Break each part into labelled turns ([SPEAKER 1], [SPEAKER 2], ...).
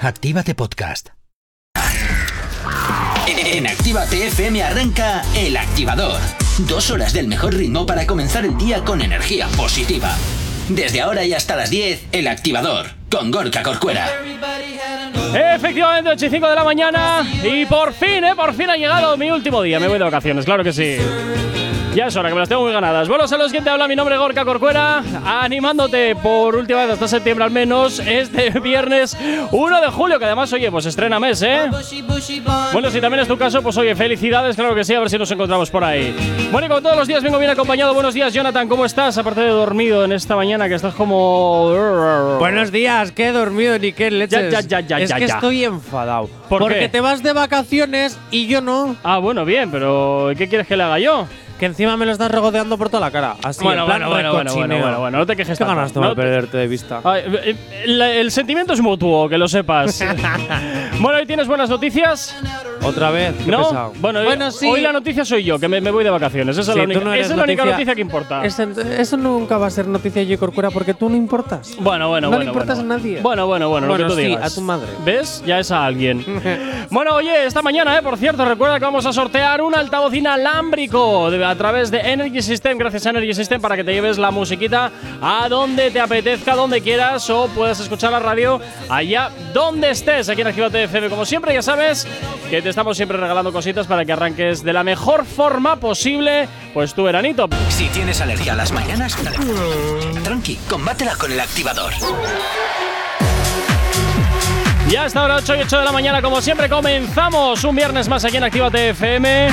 [SPEAKER 1] Actívate Podcast.
[SPEAKER 2] En Actívate FM arranca El Activador. Dos horas del mejor ritmo para comenzar el día con energía positiva. Desde ahora y hasta las 10, El Activador, con Gorka Corcuera.
[SPEAKER 3] Efectivamente, 8 y 5 de la mañana. Y por fin, ¿eh? Por fin ha llegado mi último día. Me voy de vacaciones, claro que sí. Ya es hora, que me las tengo muy ganadas. Buenos a los que te habla, mi nombre es Gorka Corcuera, animándote por última vez hasta septiembre al menos, este viernes 1 de julio, que además, oye, pues estrena mes, ¿eh? Bueno, si también es tu caso, pues oye, felicidades, claro que sí, a ver si nos encontramos por ahí. Bueno, y como todos los días vengo bien acompañado. Buenos días, Jonathan, ¿cómo estás? Aparte de dormido en esta mañana, que estás como...
[SPEAKER 4] Buenos días, que he dormido ni qué leches.
[SPEAKER 3] Ya, ya, ya, ya,
[SPEAKER 4] es
[SPEAKER 3] ya,
[SPEAKER 4] que
[SPEAKER 3] ya.
[SPEAKER 4] estoy enfadado.
[SPEAKER 3] ¿Por
[SPEAKER 4] Porque
[SPEAKER 3] qué?
[SPEAKER 4] te vas de vacaciones y yo no.
[SPEAKER 3] Ah, bueno, bien, pero ¿qué quieres que le haga yo?
[SPEAKER 4] Que encima me lo estás regodeando por toda la cara. Así,
[SPEAKER 3] bueno,
[SPEAKER 4] en plan
[SPEAKER 3] bueno, bueno, bueno, bueno,
[SPEAKER 4] recochineo.
[SPEAKER 3] bueno, bueno, no te quejes
[SPEAKER 4] ¿Qué
[SPEAKER 3] tanto.
[SPEAKER 4] ganas tú de
[SPEAKER 3] No te-
[SPEAKER 4] perderte de vista?
[SPEAKER 3] Ay, eh, eh, la- el sentimiento es mutuo, que lo sepas. bueno, hoy tienes buenas noticias.
[SPEAKER 4] Otra vez, qué
[SPEAKER 3] ¿No?
[SPEAKER 4] pesado.
[SPEAKER 3] Bueno, hoy-
[SPEAKER 4] sí.
[SPEAKER 3] hoy la noticia soy yo, que me, me voy de vacaciones. Esa es la
[SPEAKER 4] Sí, tú
[SPEAKER 3] única,
[SPEAKER 4] no
[SPEAKER 3] esa
[SPEAKER 4] eres
[SPEAKER 3] es la única
[SPEAKER 4] noticia.
[SPEAKER 3] noticia que importa.
[SPEAKER 4] Eso, eso nunca va a ser noticia yo, Corcura, porque tú no importas.
[SPEAKER 3] Bueno, bueno,
[SPEAKER 4] No le
[SPEAKER 3] bueno.
[SPEAKER 4] importas
[SPEAKER 3] bueno.
[SPEAKER 4] a nadie.
[SPEAKER 3] Bueno, bueno, bueno, lo
[SPEAKER 4] Bueno,
[SPEAKER 3] que tú
[SPEAKER 4] sí,
[SPEAKER 3] digas.
[SPEAKER 4] a tu madre.
[SPEAKER 3] ¿Ves? Ya es a alguien. bueno, oye, esta mañana, eh, por cierto, recuerda que vamos a sortear un altavoz inalámbrico de- a través de Energy System, gracias a Energy System, para que te lleves la musiquita a donde te apetezca, donde quieras, o puedas escuchar la radio allá donde estés, aquí en Activate FM. Como siempre, ya sabes que te estamos siempre regalando cositas para que arranques de la mejor forma posible, pues tu veranito.
[SPEAKER 2] Si tienes alergia a las mañanas, tranqui, combátela con El Activador.
[SPEAKER 3] Ya hasta ahora 8 y 8 de la mañana, como siempre, comenzamos un viernes más aquí en Actívate FM.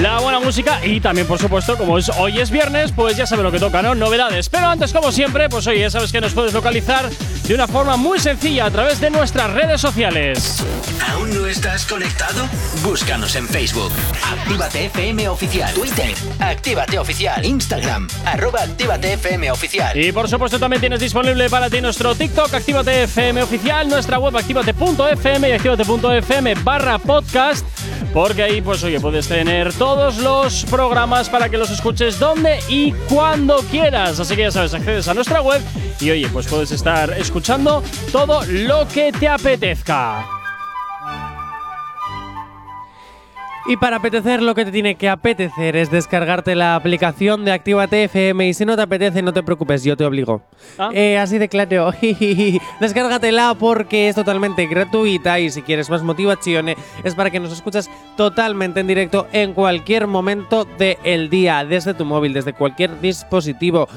[SPEAKER 3] La buena música y también, por supuesto, como es hoy es viernes, pues ya sabe lo que toca, ¿no? Novedades. Pero antes, como siempre, pues oye, ya sabes que nos puedes localizar de una forma muy sencilla a través de nuestras redes sociales.
[SPEAKER 2] ¿Aún no estás conectado? Búscanos en Facebook. Actívate FM Oficial. Twitter. Actívate Oficial. Instagram. Arroba Actívate FM Oficial.
[SPEAKER 3] Y por supuesto también tienes disponible para ti nuestro TikTok, Actívate FM oficial, nuestra web activate.fm y activate.fm barra podcast, porque ahí pues oye, puedes tener todos los programas para que los escuches donde y cuando quieras. Así que ya sabes, accedes a nuestra web y oye, pues puedes estar escuchando todo lo que te apetezca.
[SPEAKER 4] Y para apetecer lo que te tiene que apetecer es descargarte la aplicación de Actívate FM y si no te apetece no te preocupes, yo te obligo.
[SPEAKER 3] Ah.
[SPEAKER 4] Eh, así de claro. Descárgatela porque es totalmente gratuita y si quieres más motivaciones es para que nos escuchas totalmente en directo en cualquier momento del día, desde tu móvil, desde cualquier dispositivo.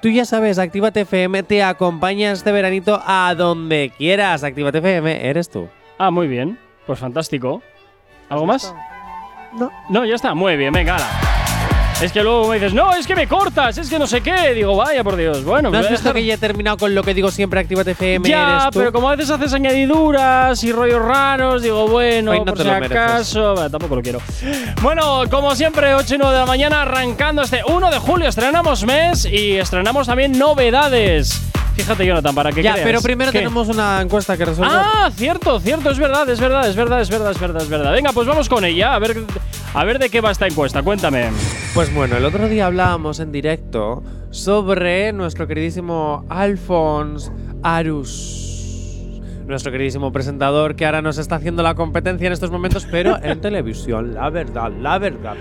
[SPEAKER 4] Tú ya sabes, Actívate FM te acompaña este veranito a donde quieras. Actívate FM, eres tú.
[SPEAKER 3] Ah, muy bien. Pues fantástico. ¿Algo más?
[SPEAKER 4] No.
[SPEAKER 3] No, ya está. Muy bien, venga, hala. Es que luego me dices, no, es que me cortas, es que no sé qué. Digo, vaya por Dios.
[SPEAKER 4] ¿No
[SPEAKER 3] Bueno, me
[SPEAKER 4] has
[SPEAKER 3] voy a
[SPEAKER 4] visto
[SPEAKER 3] dejar-
[SPEAKER 4] que ya he terminado con lo que digo siempre, Actívate FM?
[SPEAKER 3] Ya,
[SPEAKER 4] eres tú?
[SPEAKER 3] pero como a veces haces añadiduras y rollos raros, digo, bueno,
[SPEAKER 4] Hoy no
[SPEAKER 3] por
[SPEAKER 4] te
[SPEAKER 3] si
[SPEAKER 4] lo mereces.
[SPEAKER 3] acaso. Bueno, tampoco lo quiero. Bueno, como siempre, 8 y 9 de la mañana, arrancando este 1 de julio, estrenamos mes y estrenamos también novedades. Fíjate, Jonathan, para que
[SPEAKER 4] Ya,
[SPEAKER 3] creas.
[SPEAKER 4] pero primero
[SPEAKER 3] ¿Qué?
[SPEAKER 4] tenemos una encuesta que resolver.
[SPEAKER 3] Ah, cierto, cierto, es verdad, es verdad, es verdad, es verdad, es verdad, es verdad. Venga, pues vamos con ella, a ver, a ver de qué va esta encuesta, cuéntame.
[SPEAKER 4] Pues bueno, el otro día hablábamos en directo sobre nuestro queridísimo Alphonse Arus. Nuestro queridísimo presentador que ahora nos está haciendo la competencia en estos momentos, pero en televisión, la verdad, la verdad.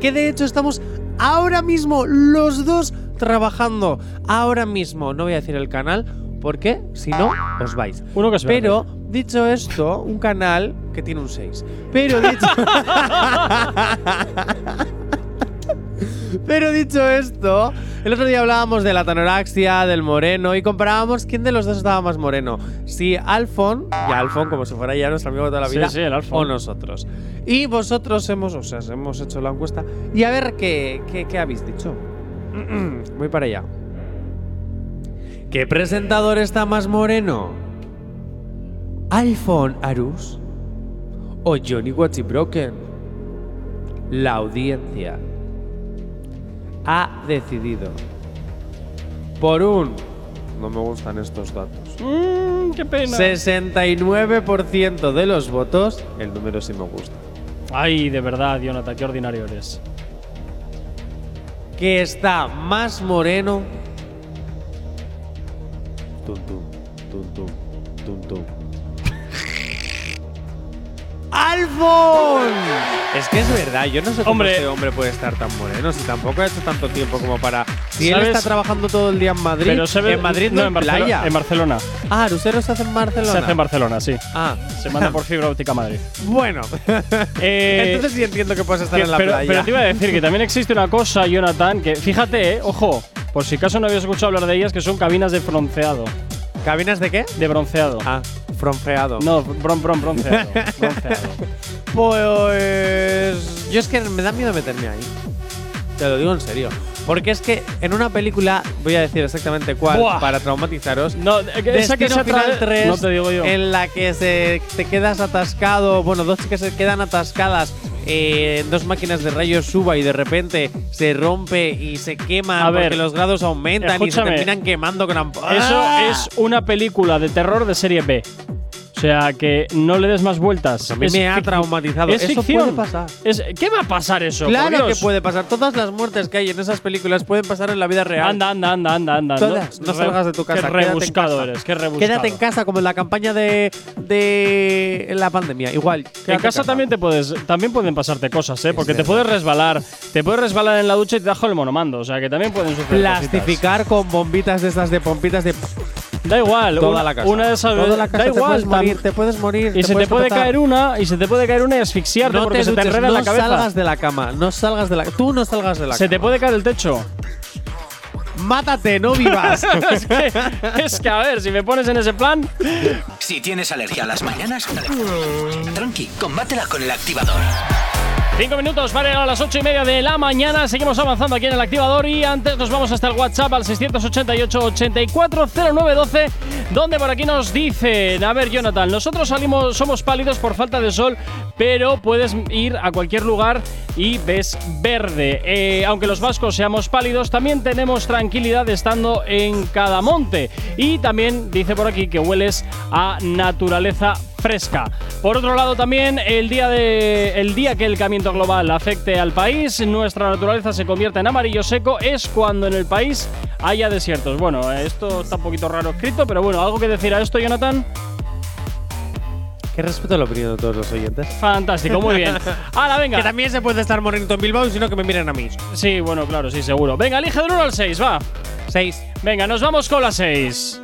[SPEAKER 4] Que de hecho estamos ahora mismo los dos trabajando. Ahora mismo, no voy a decir el canal, porque si no, os vais.
[SPEAKER 3] Uno que es verde.
[SPEAKER 4] Pero, dicho esto, un canal que tiene un 6. Pero dicho. Pero dicho esto, el otro día hablábamos de la tanoraxia, del moreno y comparábamos quién de los dos estaba más moreno. Si Alfon, y Alfon como si fuera ya nuestro amigo de toda la
[SPEAKER 3] Sí,
[SPEAKER 4] vida,
[SPEAKER 3] sí, el
[SPEAKER 4] o
[SPEAKER 3] Alfon.
[SPEAKER 4] nosotros. Y vosotros hemos, o sea, hemos hecho la encuesta y a ver qué, qué, qué habéis dicho. Voy para allá. ¿Qué presentador está más moreno? ¿Alfon Arus o Johnny Watchbroken? La audiencia ha decidido por un... No me gustan estos datos.
[SPEAKER 3] Mmm, qué pena.
[SPEAKER 4] 69% de los votos, el número sí me gusta,
[SPEAKER 3] Ay, de verdad, Jonathan, qué ordinario eres.
[SPEAKER 4] que está más moreno. Tum, tum, tum, tum, Tum, tum. ¡Alfon! Es que es verdad, yo no sé cómo
[SPEAKER 3] Hombre.
[SPEAKER 4] este hombre puede estar tan moreno si tampoco ha hecho tanto tiempo como para. Si él
[SPEAKER 3] ¿Sabes?
[SPEAKER 4] está trabajando todo el día en Madrid,
[SPEAKER 3] Pero se ve-
[SPEAKER 4] en Madrid no, en
[SPEAKER 3] Barcelo-
[SPEAKER 4] playa.
[SPEAKER 3] En Barcelona.
[SPEAKER 4] ah, Arusero se hace en Barcelona.
[SPEAKER 3] Se hace en Barcelona, sí.
[SPEAKER 4] Ah,
[SPEAKER 3] Se manda por fibra óptica a Madrid.
[SPEAKER 4] bueno.
[SPEAKER 3] Eh,
[SPEAKER 4] Entonces sí entiendo que puedes estar
[SPEAKER 3] Que-
[SPEAKER 4] en la
[SPEAKER 3] pero,
[SPEAKER 4] playa.
[SPEAKER 3] pero te iba a decir que también existe una cosa, Jonathan, que fíjate, eh, ojo, por si acaso no habías escuchado hablar de ellas, que son cabinas de bronceado.
[SPEAKER 4] ¿Cabinas de qué?
[SPEAKER 3] De bronceado.
[SPEAKER 4] Ah, fronfeado.
[SPEAKER 3] No, bron, bron, bronceado. bronceado.
[SPEAKER 4] Pues. Yo es que me da miedo meterme ahí. Te lo digo en serio. Porque es que en una película, voy a decir exactamente cuál,
[SPEAKER 3] Buah.
[SPEAKER 4] para traumatizaros.
[SPEAKER 3] No, eh, que esa
[SPEAKER 4] Destino
[SPEAKER 3] que se
[SPEAKER 4] Final
[SPEAKER 3] atrae-
[SPEAKER 4] 3,
[SPEAKER 3] No te digo yo.
[SPEAKER 4] en la que se, te quedas atascado, bueno, dos chicas se quedan atascadas eh, en dos máquinas de rayos suba y de repente se rompe y se quema
[SPEAKER 3] A
[SPEAKER 4] porque
[SPEAKER 3] ver,
[SPEAKER 4] los grados aumentan y se
[SPEAKER 3] escúchame.
[SPEAKER 4] terminan quemando con amp-
[SPEAKER 3] Eso
[SPEAKER 4] ¡Ah!
[SPEAKER 3] es una película de terror de serie B. O sea, que no le des más vueltas.
[SPEAKER 4] A mí
[SPEAKER 3] Es
[SPEAKER 4] Ah, me ha
[SPEAKER 3] fic-
[SPEAKER 4] traumatizado.
[SPEAKER 3] Es
[SPEAKER 4] eso
[SPEAKER 3] ficción.
[SPEAKER 4] puede pasar.
[SPEAKER 3] Es- ¿Qué va a pasar eso? por
[SPEAKER 4] Claro que
[SPEAKER 3] Dios?
[SPEAKER 4] puede pasar. Todas las muertes que hay en esas películas pueden pasar en la vida real.
[SPEAKER 3] Anda, anda, anda, anda, anda.
[SPEAKER 4] Todas. No
[SPEAKER 3] Re-
[SPEAKER 4] salgas de tu casa,
[SPEAKER 3] Qué
[SPEAKER 4] quédate en
[SPEAKER 3] rebuscado
[SPEAKER 4] casa.
[SPEAKER 3] eres, qué rebuscado.
[SPEAKER 4] Quédate en casa, como en la campaña de, de la pandemia. Igual. quédate
[SPEAKER 3] En casa también te puedes, también pueden pasarte cosas, ¿eh? Porque te
[SPEAKER 4] verdad.
[SPEAKER 3] puedes resbalar, te puedes resbalar en la ducha y te dejo el monomando, o sea que también pueden suceder. cositas.
[SPEAKER 4] Plastificar con bombitas de estas de pompitas de
[SPEAKER 3] Da igual,
[SPEAKER 4] toda
[SPEAKER 3] una,
[SPEAKER 4] la casa.
[SPEAKER 3] una de esas
[SPEAKER 4] Toda la casa
[SPEAKER 3] da
[SPEAKER 4] te
[SPEAKER 3] igual,
[SPEAKER 4] puedes morir,
[SPEAKER 3] tam-
[SPEAKER 4] te puedes morir.
[SPEAKER 3] y se te
[SPEAKER 4] puedes
[SPEAKER 3] puede
[SPEAKER 4] tropezar.
[SPEAKER 3] caer una y se te puede caer una y asfixiarte
[SPEAKER 4] No
[SPEAKER 3] porque
[SPEAKER 4] te
[SPEAKER 3] se
[SPEAKER 4] duches,
[SPEAKER 3] te enreda en
[SPEAKER 4] no
[SPEAKER 3] la cabeza.
[SPEAKER 4] salgas de la cama, no salgas de la Tú no salgas de la
[SPEAKER 3] se te
[SPEAKER 4] cama.
[SPEAKER 3] puede caer el techo.
[SPEAKER 4] Mátate, no vivas.
[SPEAKER 3] es, que, es que, a ver, si me pones en ese plan,
[SPEAKER 2] Si tienes alergia a las mañanas, tranqui, combátela con el activador.
[SPEAKER 3] Cinco minutos para llegar a las ocho y media de la mañana. Seguimos avanzando aquí en el activador y antes nos vamos hasta el WhatsApp al 688-840912, donde por aquí nos dicen, a ver Jonathan, nosotros salimos, somos pálidos por falta de sol, pero puedes ir a cualquier lugar y ves verde. Eh, aunque los vascos seamos pálidos, también tenemos tranquilidad estando en cada monte. Y también dice por aquí que hueles a naturaleza fresca. Por otro lado, también el día, de, el día que el camiento global afecte al país, nuestra naturaleza se convierta en amarillo seco, es cuando en el país haya desiertos. Bueno, esto está un poquito raro escrito, pero bueno, algo que decir a esto, Jonathan.
[SPEAKER 4] Qué respeto a la opinión de todos los oyentes.
[SPEAKER 3] Fantástico, muy bien. Ahora,
[SPEAKER 4] Que
[SPEAKER 3] venga.
[SPEAKER 4] también se puede estar moriendo en Bilbao, sino que me miren a mí.
[SPEAKER 3] Sí, bueno, claro, sí, seguro. Venga, elige del 1 al 6, va.
[SPEAKER 4] Seis.
[SPEAKER 3] Venga, nos vamos con la 6.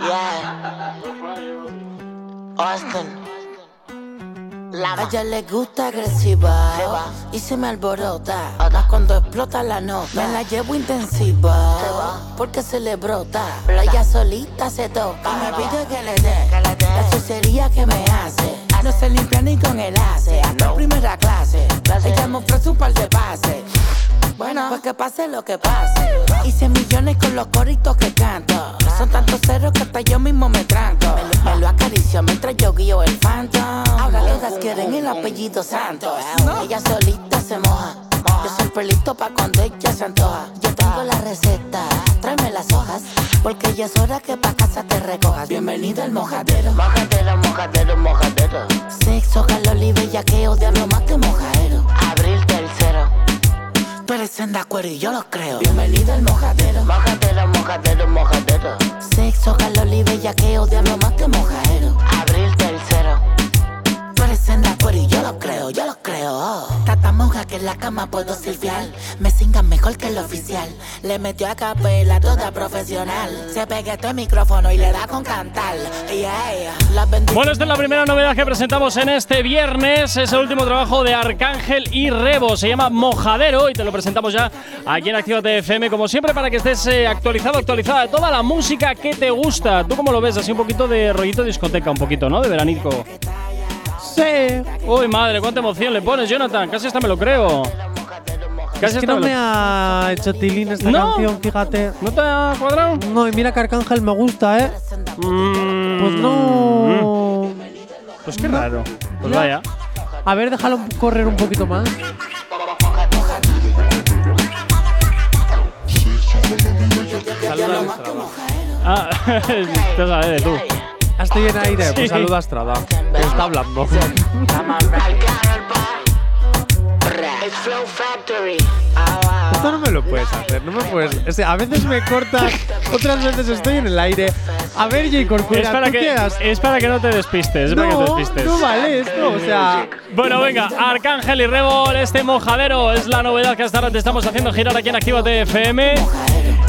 [SPEAKER 1] Yeah. Austin. La a ella le gusta agresiva y se me alborota. Cuando explota la nota, me la llevo intensiva porque se le brota. Ella solita se toca y me pide que le dé la sucería que me hace. No se limpia ni con el hace, hasta primera clase. Ella me ofrece un par de pases. Bueno, pues que pase lo que pase. Hice millones con los coritos que canto. No son tantos ceros que hasta yo mismo me tranco. Me lo, me lo acaricio mientras yo guío el phantom. Ahora todas quieren el apellido Santos. Ella solita se moja. Yo siempre listo pa' cuando ella se antoja. Yo tengo la receta, tráeme las hojas. Porque ya es hora que pa' casa te recojas. Bienvenido al mojadero.
[SPEAKER 5] Mojadero, mojadero, mojadero.
[SPEAKER 1] Sexo, calor y bellaqueo, diablo más que mojadero.
[SPEAKER 5] Abril tercero.
[SPEAKER 1] Tú eres senda cuero y yo lo creo. Bienvenido al mojadero.
[SPEAKER 5] Mojadero, mojadero, mojadero.
[SPEAKER 1] Sexo, calor y bellaqueo, diablo más que mojadero.
[SPEAKER 5] Abril tercero.
[SPEAKER 1] Tú eres senda cuero y yo lo creo, yo lo creo. Tata monja que en la cama puedo silfiar. Me singan mejor que el oficial. Le metió a capela toda profesional. Se pega este micrófono y le da con cantar. Yeah. Las bendiciones.
[SPEAKER 3] Bueno, esta es la primera novedad que presentamos en este viernes. Es el último trabajo de Arcángel y Rebo. Se llama Mojadero y te lo presentamos ya aquí en Actívate FM, como siempre, para que estés eh, actualizado, actualizada de toda la música que te gusta. ¿Tú cómo lo ves? Así un poquito de rollito discoteca, un poquito, ¿no? De veranico.
[SPEAKER 4] Sí.
[SPEAKER 3] Uy, madre, cuánta emoción le pones, Jonathan. Casi hasta me lo creo. Casi
[SPEAKER 4] Es que
[SPEAKER 3] hasta
[SPEAKER 4] no
[SPEAKER 3] me
[SPEAKER 4] me
[SPEAKER 3] lo-
[SPEAKER 4] ha hecho tilín esta
[SPEAKER 3] No.
[SPEAKER 4] canción, fíjate.
[SPEAKER 3] ¿No te ha cuadrado?
[SPEAKER 4] No, y mira que Arcángel me gusta, ¿eh? Pues no.
[SPEAKER 3] Mm. Pues qué raro. Pues vaya.
[SPEAKER 4] A ver, déjalo correr un poquito más.
[SPEAKER 3] Ah, te sabes tú.
[SPEAKER 4] Estoy en aire,
[SPEAKER 3] Sí.
[SPEAKER 4] pues saluda a Estrada. que Está hablando.
[SPEAKER 5] Alcanel Bar. It's Flow Factory. Ah, ah.
[SPEAKER 4] Esto no me lo puedes hacer, no me puedes. o sea, a veces me corta, otras veces estoy en el aire. A ver, J. Corcuera,
[SPEAKER 3] Es para,
[SPEAKER 4] ¿tú
[SPEAKER 3] que,
[SPEAKER 4] qué das?
[SPEAKER 3] es para que no te despistes, es para que te
[SPEAKER 4] no,
[SPEAKER 3] despistes.
[SPEAKER 4] no vale esto, o sea.
[SPEAKER 3] Bueno, venga, Arcángel y Rebol, este mojadero es la novedad que hasta ahora te estamos haciendo girar aquí en Actívate FM.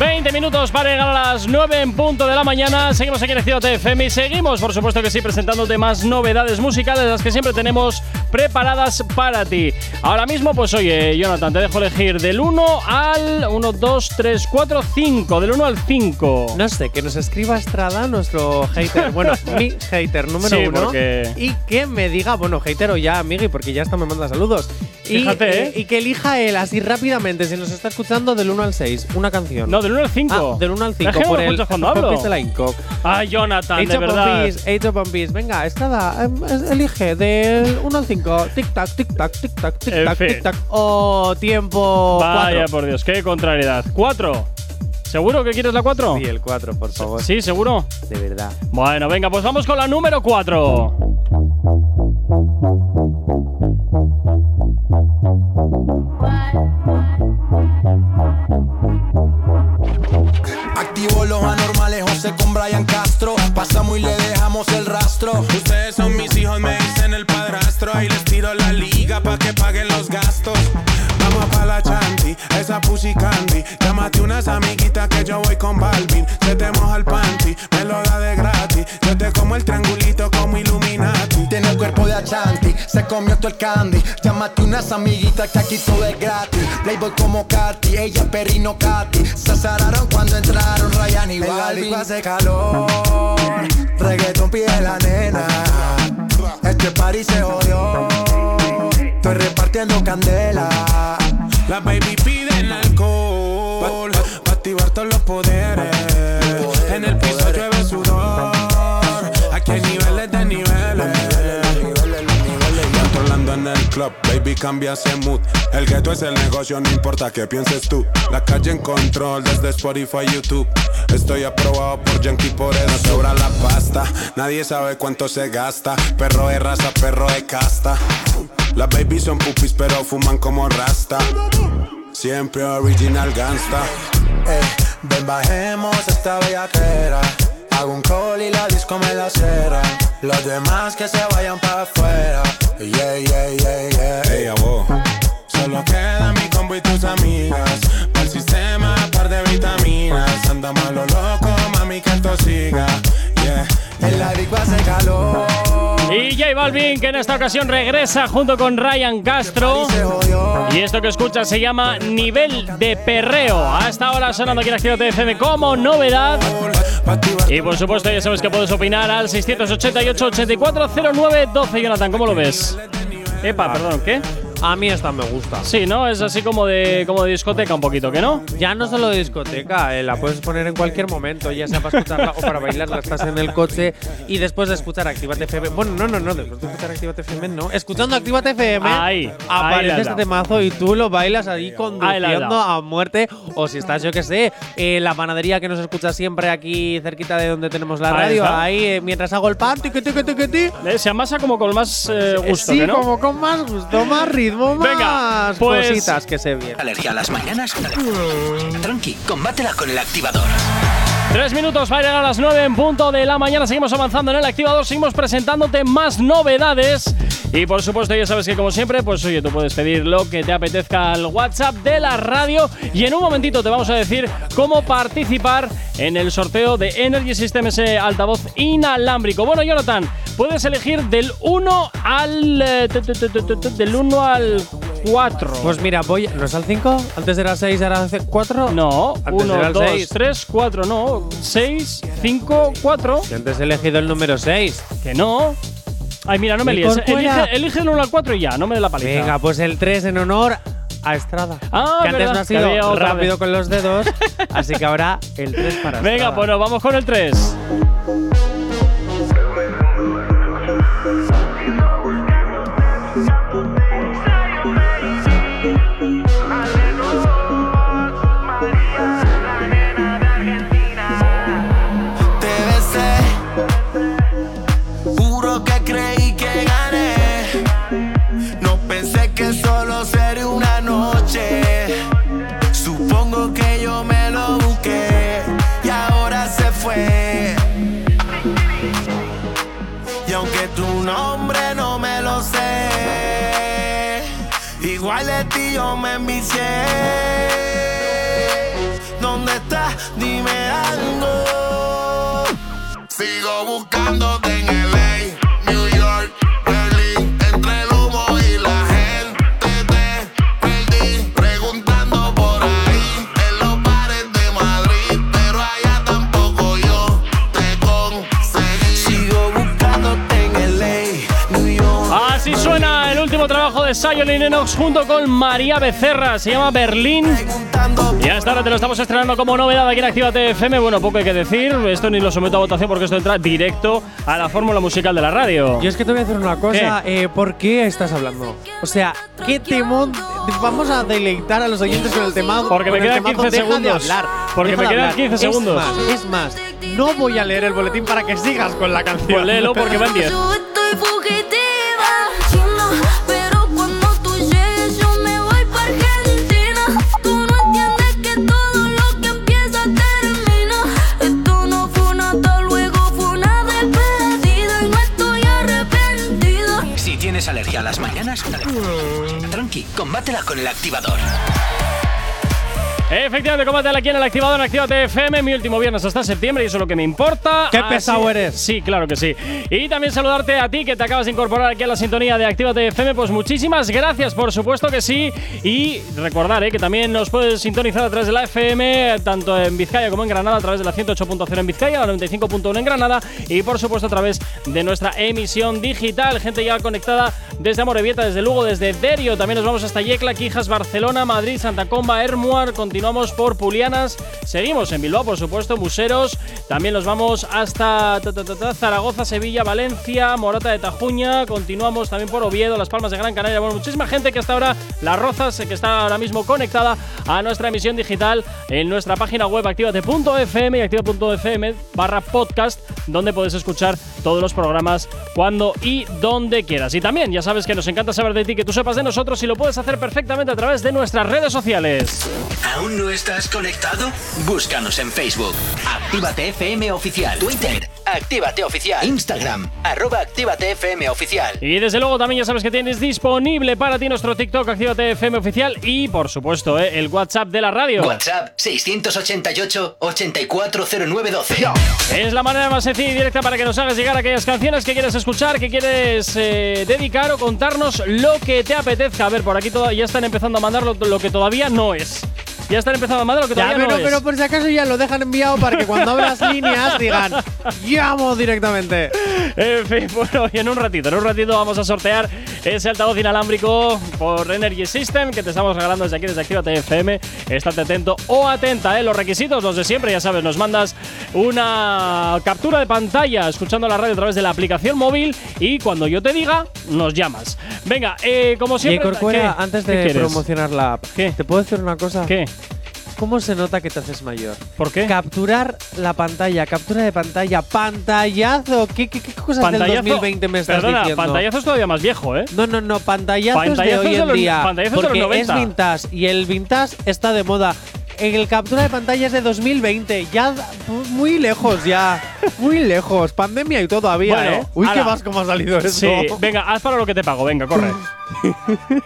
[SPEAKER 3] 20 minutos para llegar a las 9 en punto de la mañana. Seguimos aquí en Actívate FM y seguimos, por supuesto que sí, presentándote más novedades musicales, las que siempre tenemos preparadas para ti. Ahora mismo, pues oye, Jonathan, te dejo elegir del 1 al 1, 2, 3, 4, 5. Del 1 al 5.
[SPEAKER 4] No sé, que nos escriba Estrada, nuestro hater, bueno, mi hater número
[SPEAKER 3] Sí,
[SPEAKER 4] uno,
[SPEAKER 3] porque-
[SPEAKER 4] y que me diga, bueno, hater o ya, amigui, porque ya hasta me manda saludos. Y,
[SPEAKER 3] Fíjate, ¿eh?
[SPEAKER 4] y que elija él así rápidamente, si nos está escuchando, del 1 al 6, una canción.
[SPEAKER 3] No, del 1 al 5.
[SPEAKER 4] Ah, del 1 al 5,
[SPEAKER 3] Es que no
[SPEAKER 4] por
[SPEAKER 3] me
[SPEAKER 4] el
[SPEAKER 3] escuchas cuando hablo.
[SPEAKER 4] Popis de la Inco.
[SPEAKER 3] Ay, Jonathan, de
[SPEAKER 4] Age of
[SPEAKER 3] verdad.
[SPEAKER 4] Pompis, Age of Pompis. Venga, Estrada, em, es- elige del 1 al 5. Tic-tac, tic-tac, tic-tac,
[SPEAKER 3] En
[SPEAKER 4] tic-tac,
[SPEAKER 3] fin.
[SPEAKER 4] tic-tac. Oh, tiempo
[SPEAKER 3] Vaya
[SPEAKER 4] 4.
[SPEAKER 3] por Dios, qué contrariedad. 4. ¿Seguro que quieres la 4?
[SPEAKER 4] Sí, el 4, por favor.
[SPEAKER 3] Sí, seguro.
[SPEAKER 4] De verdad.
[SPEAKER 3] Bueno, venga, pues vamos con la número 4.
[SPEAKER 6] Activo los anormales, José con Brian Castro. Pasamos y le dejamos el rastro.
[SPEAKER 7] Ustedes son mis hijos, me dicen el padrastro. Ahí les tiro la liga pa' que paguen los gastos. Vamos pa' la chanti, esa pussy candy. Llámate unas amiguitas que yo voy con Balvin. Se te moja el panty, me lo da de gratis. Yo te como el triangulito como Illuminati.
[SPEAKER 6] Tiene el cuerpo de Achanti, se comió todo el candy. Llámate unas amiguitas que aquí todo es gratis. Playboy como Katy, ella es perrino Katy. Se azararon cuando entraron Ryan y Balvin. hace calor, reggaeton pide la nena. Este party se jodió, estoy repartiendo candela.
[SPEAKER 7] Las baby piden alcohol Pa' activar todos los poderes En el piso llueve sudor Aquí hay niveles de niveles Controlando en el club, baby cambia ese mood El gueto es el negocio, no importa qué pienses tú La calle en control desde Spotify, YouTube Estoy aprobado por Yankee, por eso sobra la pasta Nadie sabe cuánto se gasta Perro de raza, perro de casta Las baby son pupis pero fuman como rasta Siempre original gangsta.
[SPEAKER 6] Eh, ven bajemos esta bellaquera Hago un call y la disco me la cera Los demás que se vayan para afuera Yeah, yeah, yeah, yeah
[SPEAKER 7] Ey, a vos. Solo queda mi combo y tus amigas. Para el sistema, par de vitaminas. Andamos a lo loco, mami, que esto siga. Yeah.
[SPEAKER 6] En la disco hace calor
[SPEAKER 3] Y J Balvin, que en esta ocasión regresa junto con Ryan Castro.
[SPEAKER 6] Se jodió
[SPEAKER 3] Y esto que escuchas se llama Nivel de Perreo. Hasta ahora sonando aquí en Actívate FM como novedad.
[SPEAKER 7] Pa' activar
[SPEAKER 3] Y por supuesto, ya sabes que puedes opinar al 688-8409-12. Jonathan, ¿cómo lo ves? Epa, perdón, ¿qué?
[SPEAKER 4] A mí esta me gusta.
[SPEAKER 3] Sí, ¿no? Es así como de, como de discoteca un poquito, ¿que no?
[SPEAKER 4] Ya no solo discoteca, eh, la puedes poner en cualquier momento, ya sea para escucharla o para bailarla, estás en el coche y después de escuchar Actívate FM. Bueno, no, no, no, después de escuchar Actívate FM, no. Escuchando Actívate FM,
[SPEAKER 3] Ahí, ahí la
[SPEAKER 4] aparece
[SPEAKER 3] has
[SPEAKER 4] este
[SPEAKER 3] dado.
[SPEAKER 4] temazo y tú lo bailas ahí
[SPEAKER 3] Ahí la has
[SPEAKER 4] conduciendo
[SPEAKER 3] dado.
[SPEAKER 4] a muerte. O si estás, yo que sé, eh, la panadería que nos escucha siempre aquí cerquita de donde tenemos la
[SPEAKER 3] Ahí
[SPEAKER 4] radio,
[SPEAKER 3] está.
[SPEAKER 4] ahí eh, mientras hago el pan, tiqui, tiqui, tiqui, tiqui.
[SPEAKER 3] Eh, Se amasa como con más eh, gusto,
[SPEAKER 4] Sí,
[SPEAKER 3] ¿que no?
[SPEAKER 4] como con más gusto, más ritmo, más
[SPEAKER 3] Venga, pues-
[SPEAKER 4] cositas que se vienen.
[SPEAKER 2] Alergia a las mañanas, dale. tranqui, combátela con el activador.
[SPEAKER 3] Tres minutos para llegar a las 9 en punto de la mañana. Seguimos avanzando en el activador, seguimos presentándote más novedades. Y por supuesto, ya sabes que como siempre, pues oye, tú puedes pedir lo que te apetezca al WhatsApp de la radio. Y en un momentito te vamos a decir cómo participar en el sorteo de Energy System, ese altavoz inalámbrico. Bueno, Jonathan, puedes elegir del 1 al. eh, tu, tu, tu, tu, tu, tu, del 1 al 4.
[SPEAKER 4] Pues mira, voy. ¿No es al 5? Antes era 6, ahora 4.
[SPEAKER 3] no,
[SPEAKER 4] antes era
[SPEAKER 3] 1,
[SPEAKER 4] el
[SPEAKER 3] 2,
[SPEAKER 4] seis.
[SPEAKER 3] 3, 4, no, 6, 5, 4.
[SPEAKER 4] Yo antes he elegido el número 6.
[SPEAKER 3] Que no. Ay, mira, no me
[SPEAKER 4] Mi
[SPEAKER 3] líes. eh.
[SPEAKER 4] corcuera.
[SPEAKER 3] Elige, elige el 1 al 4 y ya, no me dé la paliza.
[SPEAKER 4] Venga, pues el 3 en honor a Estrada.
[SPEAKER 3] Ah,
[SPEAKER 4] que antes
[SPEAKER 3] verdad,
[SPEAKER 4] no ha
[SPEAKER 3] que había
[SPEAKER 4] sido
[SPEAKER 3] otra
[SPEAKER 4] rápido
[SPEAKER 3] vez.
[SPEAKER 4] con los dedos. así que ahora el 3 para
[SPEAKER 3] Venga,
[SPEAKER 4] Estrada.
[SPEAKER 3] pues nos vamos con el 3.
[SPEAKER 6] Te besé Juro que creí que gané
[SPEAKER 8] Pensé que solo sería una noche. Supongo que yo me lo busqué y ahora se fue. Y aunque tu nombre no me lo sé, igual de ti yo me envicié. ¿Dónde estás? Dime algo. Sigo buscándote en LA, New York, Berlín, entre el humo y la gente te perdí, preguntando por ahí, en los bares de Madrid, pero allá tampoco yo te conseguí. Sigo buscándote en LA, New York.
[SPEAKER 3] Así suena el último trabajo de Sayon y Lennox junto con María Becerra. Se llama Berlín.
[SPEAKER 8] Preguntando
[SPEAKER 3] Y hasta ahora te lo estamos estrenando como novedad aquí en Actívate FM. Bueno, poco hay que decir. Esto ni lo someto a votación porque esto entra directo a la fórmula musical de la radio.
[SPEAKER 4] Yo es que te voy a decir una cosa. eh, ¿Por qué estás hablando? O sea, ¿qué temón? Vamos a deleitar a los oyentes con el tema.
[SPEAKER 3] Porque me
[SPEAKER 4] con el
[SPEAKER 3] quedan
[SPEAKER 4] temazo.
[SPEAKER 3] 15
[SPEAKER 4] Deja de
[SPEAKER 3] segundos.
[SPEAKER 4] hablar,
[SPEAKER 3] Porque
[SPEAKER 4] deja
[SPEAKER 3] me
[SPEAKER 4] de
[SPEAKER 3] quedan
[SPEAKER 4] hablar.
[SPEAKER 3] 15 segundos.
[SPEAKER 4] Es más, es más, no voy a leer el boletín para que sigas con la canción.
[SPEAKER 3] Pues léelo porque va en 10.
[SPEAKER 9] Yo estoy fugitiva, china, pero cuando tú llegues yo me voy para Argentina. Tú no entiendes que todo lo que empieza termina. Esto no fue una hasta luego, fue una despedida y no estoy arrepentida.
[SPEAKER 2] Si tienes alergia a las mañanas, dale. tranqui, combátela con el activador.
[SPEAKER 3] Efectivamente, combátela aquí en el activador en Actívate FM. Mi último viernes hasta septiembre y eso es lo que me importa.
[SPEAKER 4] Qué
[SPEAKER 3] Así-
[SPEAKER 4] pesado eres.
[SPEAKER 3] Sí, claro que sí. Y también saludarte a ti que te acabas de incorporar aquí a la sintonía de Actívate FM. Pues muchísimas gracias, por supuesto que sí. Y recordar eh, que también nos puedes sintonizar a través de la FM, tanto en Vizcaya como en Granada, a través de la 108.0 en Vizcaya, la 95.1 en Granada y por supuesto a través de nuestra emisión digital. Gente ya conectada desde Amorebieta, desde Lugo, desde Derio. También nos vamos hasta Yecla, Quijas, Barcelona, Madrid, Santa Comba, Hermuar. Continuamos por Pulianas. Seguimos en Bilbao, por supuesto, Museros. También nos vamos hasta ta, ta, ta, ta, Zaragoza, Sevilla, Valencia, Morata de Tajuña. Continuamos también por Oviedo, Las Palmas de Gran Canaria. Bueno, muchísima gente que hasta ahora, Las Rozas, eh, que está ahora mismo conectada a nuestra emisión digital en nuestra página web activate.fm y activa.fm barra podcast, donde podéis escuchar todos los programas cuando y donde quieras. Y también, ya sabes que nos encanta saber de ti, que tú sepas de nosotros y lo puedes hacer perfectamente a través de nuestras redes sociales.
[SPEAKER 2] ¿Aún no estás conectado? Búscanos en Facebook. Actívate FM Oficial. Twitter. Actívate Oficial. Instagram. Arroba Actívate FM Oficial.
[SPEAKER 3] Y desde luego también ya sabes que tienes disponible para ti nuestro TikTok, Actívate FM oficial y por supuesto ¿eh? el WhatsApp de la radio.
[SPEAKER 2] WhatsApp 688 840912.
[SPEAKER 3] Es la manera más sencilla y directa para que nos hagas llegar aquellas canciones que quieres escuchar, que quieres eh, dedicar o contarnos lo que te apetezca. A ver, por aquí toda- ya están empezando a mandar lo, lo que todavía no es. Ya están empezando a mandar lo que
[SPEAKER 4] Ya,
[SPEAKER 3] todavía
[SPEAKER 4] pero,
[SPEAKER 3] no
[SPEAKER 4] pero
[SPEAKER 3] es.
[SPEAKER 4] por si acaso ya lo dejan enviado para que cuando abras líneas digan llamo directamente.
[SPEAKER 3] En fin, bueno, y en un ratito, en un ratito vamos a sortear ese altavoz inalámbrico por Energy System que te estamos regalando desde aquí, desde Actívate FM. Estate atento o atenta, ¿eh? Los requisitos, los de siempre, ya sabes, nos mandas una captura de pantalla escuchando la radio a través de la aplicación móvil y cuando yo te diga, nos llamas. Venga, eh, como
[SPEAKER 4] Y
[SPEAKER 3] siempre…
[SPEAKER 4] Corcuera,
[SPEAKER 3] ¿qué?
[SPEAKER 4] antes
[SPEAKER 3] ¿Qué
[SPEAKER 4] de
[SPEAKER 3] quieres?
[SPEAKER 4] promocionar la app,
[SPEAKER 3] ¿Qué?
[SPEAKER 4] ¿te puedo decir una cosa?
[SPEAKER 3] ¿Qué?
[SPEAKER 4] ¿Cómo se nota que te haces mayor?
[SPEAKER 3] ¿Por qué?
[SPEAKER 4] Capturar la pantalla, captura de pantalla, pantallazo. ¿Qué, qué, qué cosas
[SPEAKER 3] Pantallazo-
[SPEAKER 4] del 2020 me estás
[SPEAKER 3] Perdona,
[SPEAKER 4] diciendo?
[SPEAKER 3] pantallazo es todavía más viejo, ¿eh?
[SPEAKER 4] No, no, no, pantallazos,
[SPEAKER 3] Pantallazos
[SPEAKER 4] de hoy
[SPEAKER 3] de
[SPEAKER 4] en
[SPEAKER 3] los-
[SPEAKER 4] día.
[SPEAKER 3] pantallazos de los
[SPEAKER 4] porque
[SPEAKER 3] 90.
[SPEAKER 4] es vintage y el vintage está de moda. El captura de pantalla es de 2020, ya muy lejos ya, muy lejos. Pandemia y todo había,
[SPEAKER 3] Bueno,
[SPEAKER 4] ¿eh? Uy, qué
[SPEAKER 3] ala.
[SPEAKER 4] vasco me ha salido eso.
[SPEAKER 3] Sí, venga, haz para lo que te pago, venga, corre.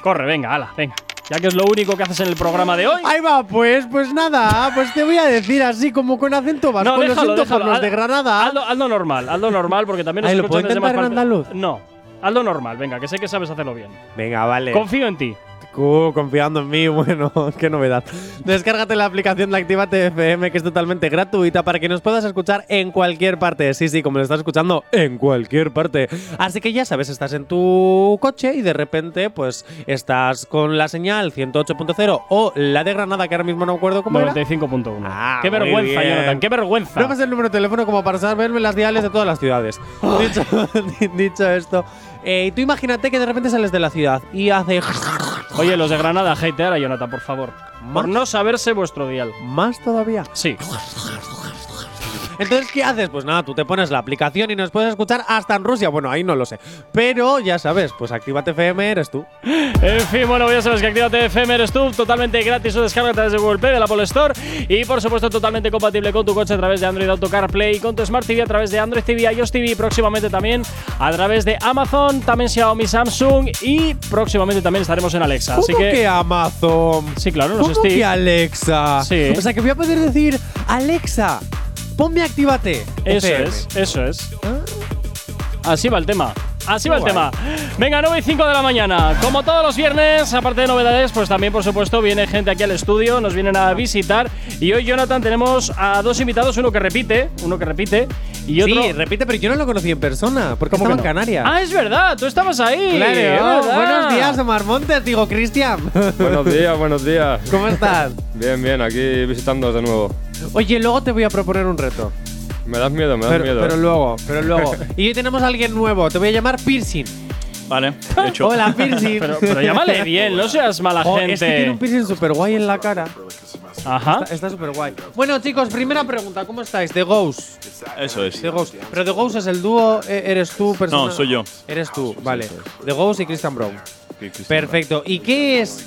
[SPEAKER 3] corre, venga, ala, venga. Ya que es lo único que haces en el programa de hoy.
[SPEAKER 4] Ahí va, pues, pues nada, pues te voy a decir así como con acento vasco,
[SPEAKER 3] No,
[SPEAKER 4] lo
[SPEAKER 3] déjalo,
[SPEAKER 4] siento por
[SPEAKER 3] déjalo.
[SPEAKER 4] los
[SPEAKER 3] Haz-
[SPEAKER 4] de Granada.
[SPEAKER 3] Hazlo, hazlo normal, hazlo normal porque también nos
[SPEAKER 4] Ay, ¿lo
[SPEAKER 3] escuchan
[SPEAKER 4] puedo
[SPEAKER 3] desde más
[SPEAKER 4] intentar en
[SPEAKER 3] partes.
[SPEAKER 4] andaluz?
[SPEAKER 3] No, hazlo normal, venga, que sé que sabes hacerlo bien.
[SPEAKER 4] Venga, vale.
[SPEAKER 3] Confío en ti.
[SPEAKER 4] Uh, confiando en mí, bueno, qué novedad. Descárgate la aplicación de Actívate FM, que es totalmente gratuita para que nos puedas escuchar en cualquier parte. Sí, sí, como lo estás escuchando, en cualquier parte. Así que ya sabes, estás en tu coche y de repente, pues, estás con la señal 108.0 o la de Granada, que ahora mismo no me acuerdo cómo era.
[SPEAKER 3] 95.1.
[SPEAKER 4] Ah,
[SPEAKER 3] qué
[SPEAKER 4] muy
[SPEAKER 3] vergüenza,
[SPEAKER 4] bien.
[SPEAKER 3] Jonathan, qué vergüenza.
[SPEAKER 4] No me sé el número de teléfono como para saberme las diales de todas las ciudades. dicho, dicho esto, eh, tú imagínate que de repente sales de la ciudad y hace
[SPEAKER 3] Oye, los de Granada, hatear a Jonathan, por favor. Por no saberse vuestro dial.
[SPEAKER 4] más todavía.
[SPEAKER 3] Sí.
[SPEAKER 4] Entonces, ¿qué haces? Pues nada, tú te pones la aplicación y nos puedes escuchar hasta en Rusia. Bueno, ahí no lo sé. Pero ya sabes, pues Actívate FM eres tú.
[SPEAKER 3] En fin, bueno, pues ya sabes que Actívate FM eres tú, totalmente gratis su descarga a través de Google Play, de la Apple Store y por supuesto totalmente compatible con tu coche a través de Android Auto CarPlay y con tu Smart TV a través de Android TV, iOS TV y próximamente también a través de Amazon, también Xiaomi, Samsung y próximamente también estaremos en Alexa. Así
[SPEAKER 4] ¿Cómo que,
[SPEAKER 3] que
[SPEAKER 4] Amazon?
[SPEAKER 3] Sí, claro, los
[SPEAKER 4] ¿Cómo
[SPEAKER 3] sticks.
[SPEAKER 4] que Alexa?
[SPEAKER 3] Sí.
[SPEAKER 4] O sea, que voy a poder decir, Alexa, ponme Actívate.
[SPEAKER 3] Eso
[SPEAKER 4] FM".
[SPEAKER 3] es, eso es. Ah. Así va el tema. Así va el
[SPEAKER 4] Guay.
[SPEAKER 3] tema. Venga, 9 y 5 de la mañana. Como todos los viernes, aparte de novedades, pues también, por supuesto, viene gente aquí al estudio, nos vienen a visitar. Y hoy, Jonathan, tenemos a dos invitados, uno que repite, uno que repite, y otro.
[SPEAKER 4] Sí, repite, pero yo no lo conocí en persona, porque
[SPEAKER 3] ¿Cómo
[SPEAKER 4] estaba
[SPEAKER 3] que
[SPEAKER 4] en
[SPEAKER 3] no?
[SPEAKER 4] Canarias.
[SPEAKER 3] Ah, es verdad, tú estabas ahí.
[SPEAKER 4] Claro,
[SPEAKER 3] es verdad.
[SPEAKER 4] buenos días, Omar Montes, digo, Cristian.
[SPEAKER 10] Buenos días, buenos días.
[SPEAKER 4] ¿Cómo estás?
[SPEAKER 10] Bien, bien, aquí visitándoos de nuevo.
[SPEAKER 4] Oye, luego te voy a proponer un reto.
[SPEAKER 10] Me das miedo, me das
[SPEAKER 4] Pero,
[SPEAKER 10] miedo. eh.
[SPEAKER 3] ¿eh?
[SPEAKER 4] pero luego, pero luego. y hoy tenemos a alguien nuevo, te voy a llamar Piercing.
[SPEAKER 11] Vale, de hecho.
[SPEAKER 4] Hola, Piercing.
[SPEAKER 3] Pero, pero llámale bien, no seas mala
[SPEAKER 4] Oh,
[SPEAKER 3] gente.
[SPEAKER 4] este tiene un piercing súper guay en la cara.
[SPEAKER 3] Ajá.
[SPEAKER 4] Está súper guay. Bueno, chicos, primera pregunta. ¿Cómo estáis? The Ghost.
[SPEAKER 11] Eso es.
[SPEAKER 4] The Ghost. Pero The Ghost es el dúo, eh, eres tú, persona.
[SPEAKER 11] No, soy yo. Ah,
[SPEAKER 4] Eres tú, vale. The Ghost y Christian Brown.
[SPEAKER 11] Que- que-
[SPEAKER 4] Perfecto. ¿Y qué es?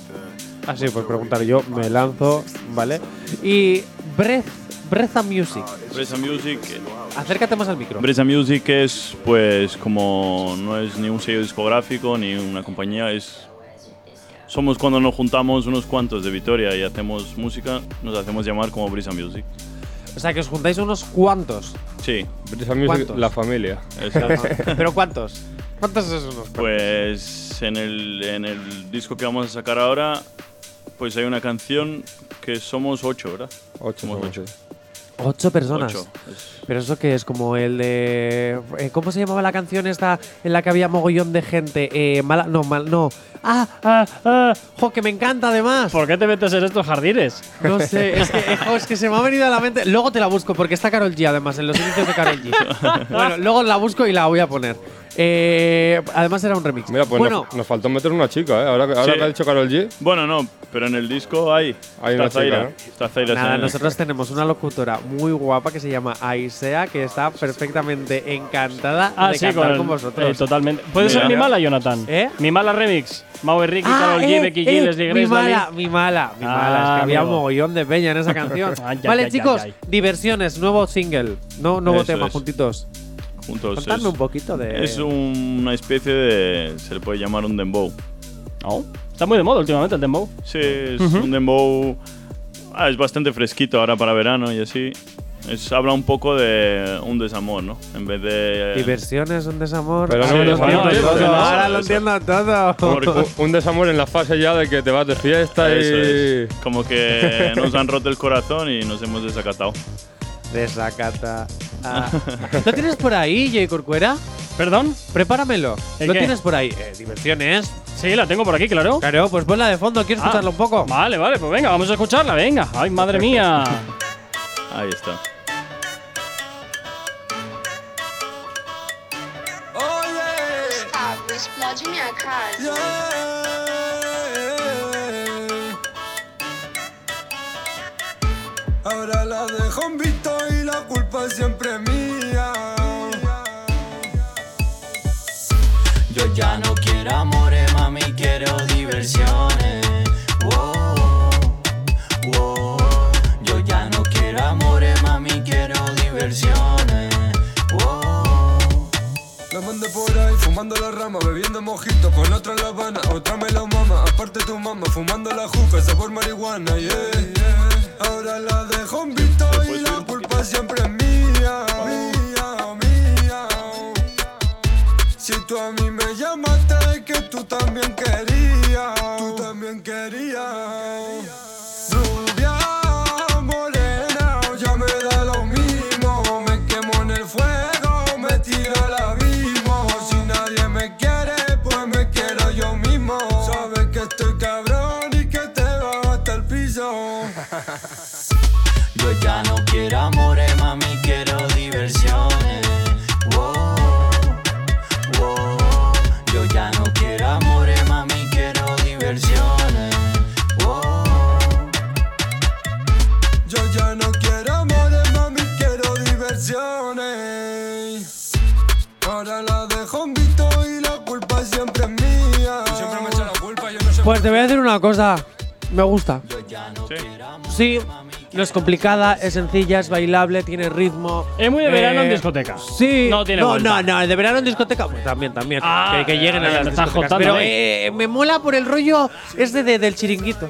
[SPEAKER 4] Así, pues preguntar yo, me lanzo, ¿vale? Y Breath, Breath and Music.
[SPEAKER 11] Breza Music. eh,
[SPEAKER 4] Acércate más al micro.
[SPEAKER 11] Breza Music es, pues, como no es ni un sello discográfico ni una compañía, es. Somos cuando nos juntamos unos cuantos de Vitoria y hacemos música, nos hacemos llamar como Breza Music.
[SPEAKER 4] O sea, que os juntáis unos cuantos.
[SPEAKER 11] Sí,
[SPEAKER 10] Brisa Music,
[SPEAKER 4] ¿Cuántos?
[SPEAKER 10] la familia.
[SPEAKER 11] exacto.
[SPEAKER 4] ¿Pero cuántos? ¿Cuántos es unos?
[SPEAKER 11] Pues en el, en el disco que vamos a sacar ahora, pues hay una canción que somos ocho, ¿verdad?
[SPEAKER 10] Ocho
[SPEAKER 11] Somos
[SPEAKER 10] somos,
[SPEAKER 11] ocho.
[SPEAKER 10] sí.
[SPEAKER 4] Ocho personas.
[SPEAKER 11] Ocho. Es-
[SPEAKER 4] Pero eso que es como el de. eh, ¿Cómo se llamaba la canción esta en la que había mogollón de gente? Eh, mala, no, mal, no. ¡Ah! ¡Ah! ¡Ah! ¡Jo, que me encanta además!
[SPEAKER 3] ¿Por qué te metes en estos jardines?
[SPEAKER 4] No sé, es que, eh, jo, es que se me ha venido a la mente. Luego te la busco porque está Carol G además, en los inicios de Carol G. bueno, luego la busco y la voy a poner. Eh, además era un remix.
[SPEAKER 10] Mira, pues
[SPEAKER 4] bueno,
[SPEAKER 10] nos, nos faltó meter una chica, ¿eh? Ahora, ahora
[SPEAKER 11] Sí.
[SPEAKER 10] que ha dicho Carol G.
[SPEAKER 11] Bueno, no, pero en el disco hay.
[SPEAKER 10] Hay
[SPEAKER 11] está
[SPEAKER 10] una chica,
[SPEAKER 11] Zaira.
[SPEAKER 10] ¿no?
[SPEAKER 11] Está Zaira
[SPEAKER 4] nada,
[SPEAKER 11] Sane.
[SPEAKER 4] nosotros tenemos una locutora muy guapa que se llama Aisea que está perfectamente encantada
[SPEAKER 3] Ah,
[SPEAKER 4] de
[SPEAKER 3] sí,
[SPEAKER 4] cantar
[SPEAKER 3] con,
[SPEAKER 4] con
[SPEAKER 3] eh,
[SPEAKER 4] vosotros.
[SPEAKER 3] totalmente. ¿Puede
[SPEAKER 11] Mira.
[SPEAKER 3] ser mi mala, Jonathan?
[SPEAKER 4] ¿Eh?
[SPEAKER 3] Mi mala remix. Mau Ricky,
[SPEAKER 4] Ah,
[SPEAKER 3] Carol
[SPEAKER 4] eh,
[SPEAKER 3] G, Becky G,
[SPEAKER 4] eh,
[SPEAKER 3] Leslie
[SPEAKER 4] mi
[SPEAKER 3] Grace, Dani.
[SPEAKER 4] mala, mi mala, mi
[SPEAKER 3] Ah,
[SPEAKER 4] mala. Es que había
[SPEAKER 3] amigo.
[SPEAKER 4] mogollón de peña en esa canción.
[SPEAKER 3] Ay, ay,
[SPEAKER 4] vale,
[SPEAKER 3] ay,
[SPEAKER 4] chicos,
[SPEAKER 3] ay, ay.
[SPEAKER 4] diversiones, nuevo single, no, nuevo
[SPEAKER 11] Eso
[SPEAKER 4] tema,
[SPEAKER 11] es.
[SPEAKER 4] juntitos.
[SPEAKER 11] Juntos.
[SPEAKER 4] Contadme
[SPEAKER 11] es-
[SPEAKER 4] un poquito de.
[SPEAKER 11] Es un- una especie de. Se le puede llamar un dembow.
[SPEAKER 3] Oh, Está muy de moda últimamente el dembow.
[SPEAKER 11] Sí, es un dembow. ah, es bastante fresquito ahora para verano y así. Es, habla un poco de un desamor, ¿no? En vez de.
[SPEAKER 4] Diversiones, un desamor.
[SPEAKER 10] Pero no
[SPEAKER 4] Ahora
[SPEAKER 10] me
[SPEAKER 4] lo
[SPEAKER 10] lo
[SPEAKER 4] entiendo
[SPEAKER 10] sabía.
[SPEAKER 4] todo,
[SPEAKER 10] Eso,
[SPEAKER 4] Ahora
[SPEAKER 11] eso,
[SPEAKER 4] lo
[SPEAKER 11] eso.
[SPEAKER 4] entiendo todo.
[SPEAKER 11] Por- por-
[SPEAKER 10] Un desamor en la fase ya de que te vas de fiesta
[SPEAKER 11] eso
[SPEAKER 10] y.
[SPEAKER 11] es. Como que nos han roto el corazón y nos hemos desacatado.
[SPEAKER 4] Desacata. Ah. ¿Lo tienes por ahí, Jay Corcuera?
[SPEAKER 3] ¿Perdón?
[SPEAKER 4] Prepáramelo.
[SPEAKER 3] ¿El
[SPEAKER 4] ¿Lo
[SPEAKER 3] qué?
[SPEAKER 4] tienes por ahí? Eh, diversiones.
[SPEAKER 3] Sí, la tengo por aquí, claro.
[SPEAKER 4] Claro, pues ponla de fondo. ¿Quieres
[SPEAKER 3] Ah,
[SPEAKER 4] escucharla un poco?
[SPEAKER 3] Vale, vale, pues venga, vamos a escucharla, venga. Ay, madre mía.
[SPEAKER 11] Ahí está.
[SPEAKER 7] Ahora la dejo en visto y la culpa es siempre mía.
[SPEAKER 12] Yo ya no quiero amores, mami, quiero diversiones. Wow, wow. Yo ya no quiero amores, mami, quiero diversiones. Wow.
[SPEAKER 7] La mandé por ahí, fumando la rama, bebiendo mojito, con otra en la habana, otra me la mama, aparte tu mamá, fumando la juca, sabor marihuana, yeah. Ahora la dejo en visto y la culpa siempre es mía, mía, mía. Si tú a mí me llamaste, es que tú también querías, tú también querías. Rubia, morena, ya me da lo mismo. Me quemo en el fuego, me tiro al abismo. Si nadie me quiere, pues me quiero yo mismo. Sabes que estoy cabrón y que te va hasta el piso.
[SPEAKER 12] Yo ya no quiero amores, mami, quiero diversiones. Wow, wow. Yo ya no quiero amores, mami, quiero diversiones. Wow.
[SPEAKER 7] Yo ya no quiero amores, mami, quiero diversiones.
[SPEAKER 4] Pues te voy a decir una cosa. Me gusta. Sí, no es complicada, es sencilla, es bailable, tiene ritmo. eh,
[SPEAKER 3] Es muy de verano en discoteca.
[SPEAKER 4] Sí.
[SPEAKER 3] No tiene
[SPEAKER 4] No,
[SPEAKER 3] vuelta.
[SPEAKER 4] no, no, de verano en discoteca. Pues también, también.
[SPEAKER 3] Ah,
[SPEAKER 4] que, que lleguen a
[SPEAKER 3] ya
[SPEAKER 4] las
[SPEAKER 3] te estás
[SPEAKER 4] discotecas.
[SPEAKER 3] jotando,
[SPEAKER 4] Pero
[SPEAKER 3] ¿eh?
[SPEAKER 4] eh, me mola por el rollo este de- del chiringuito.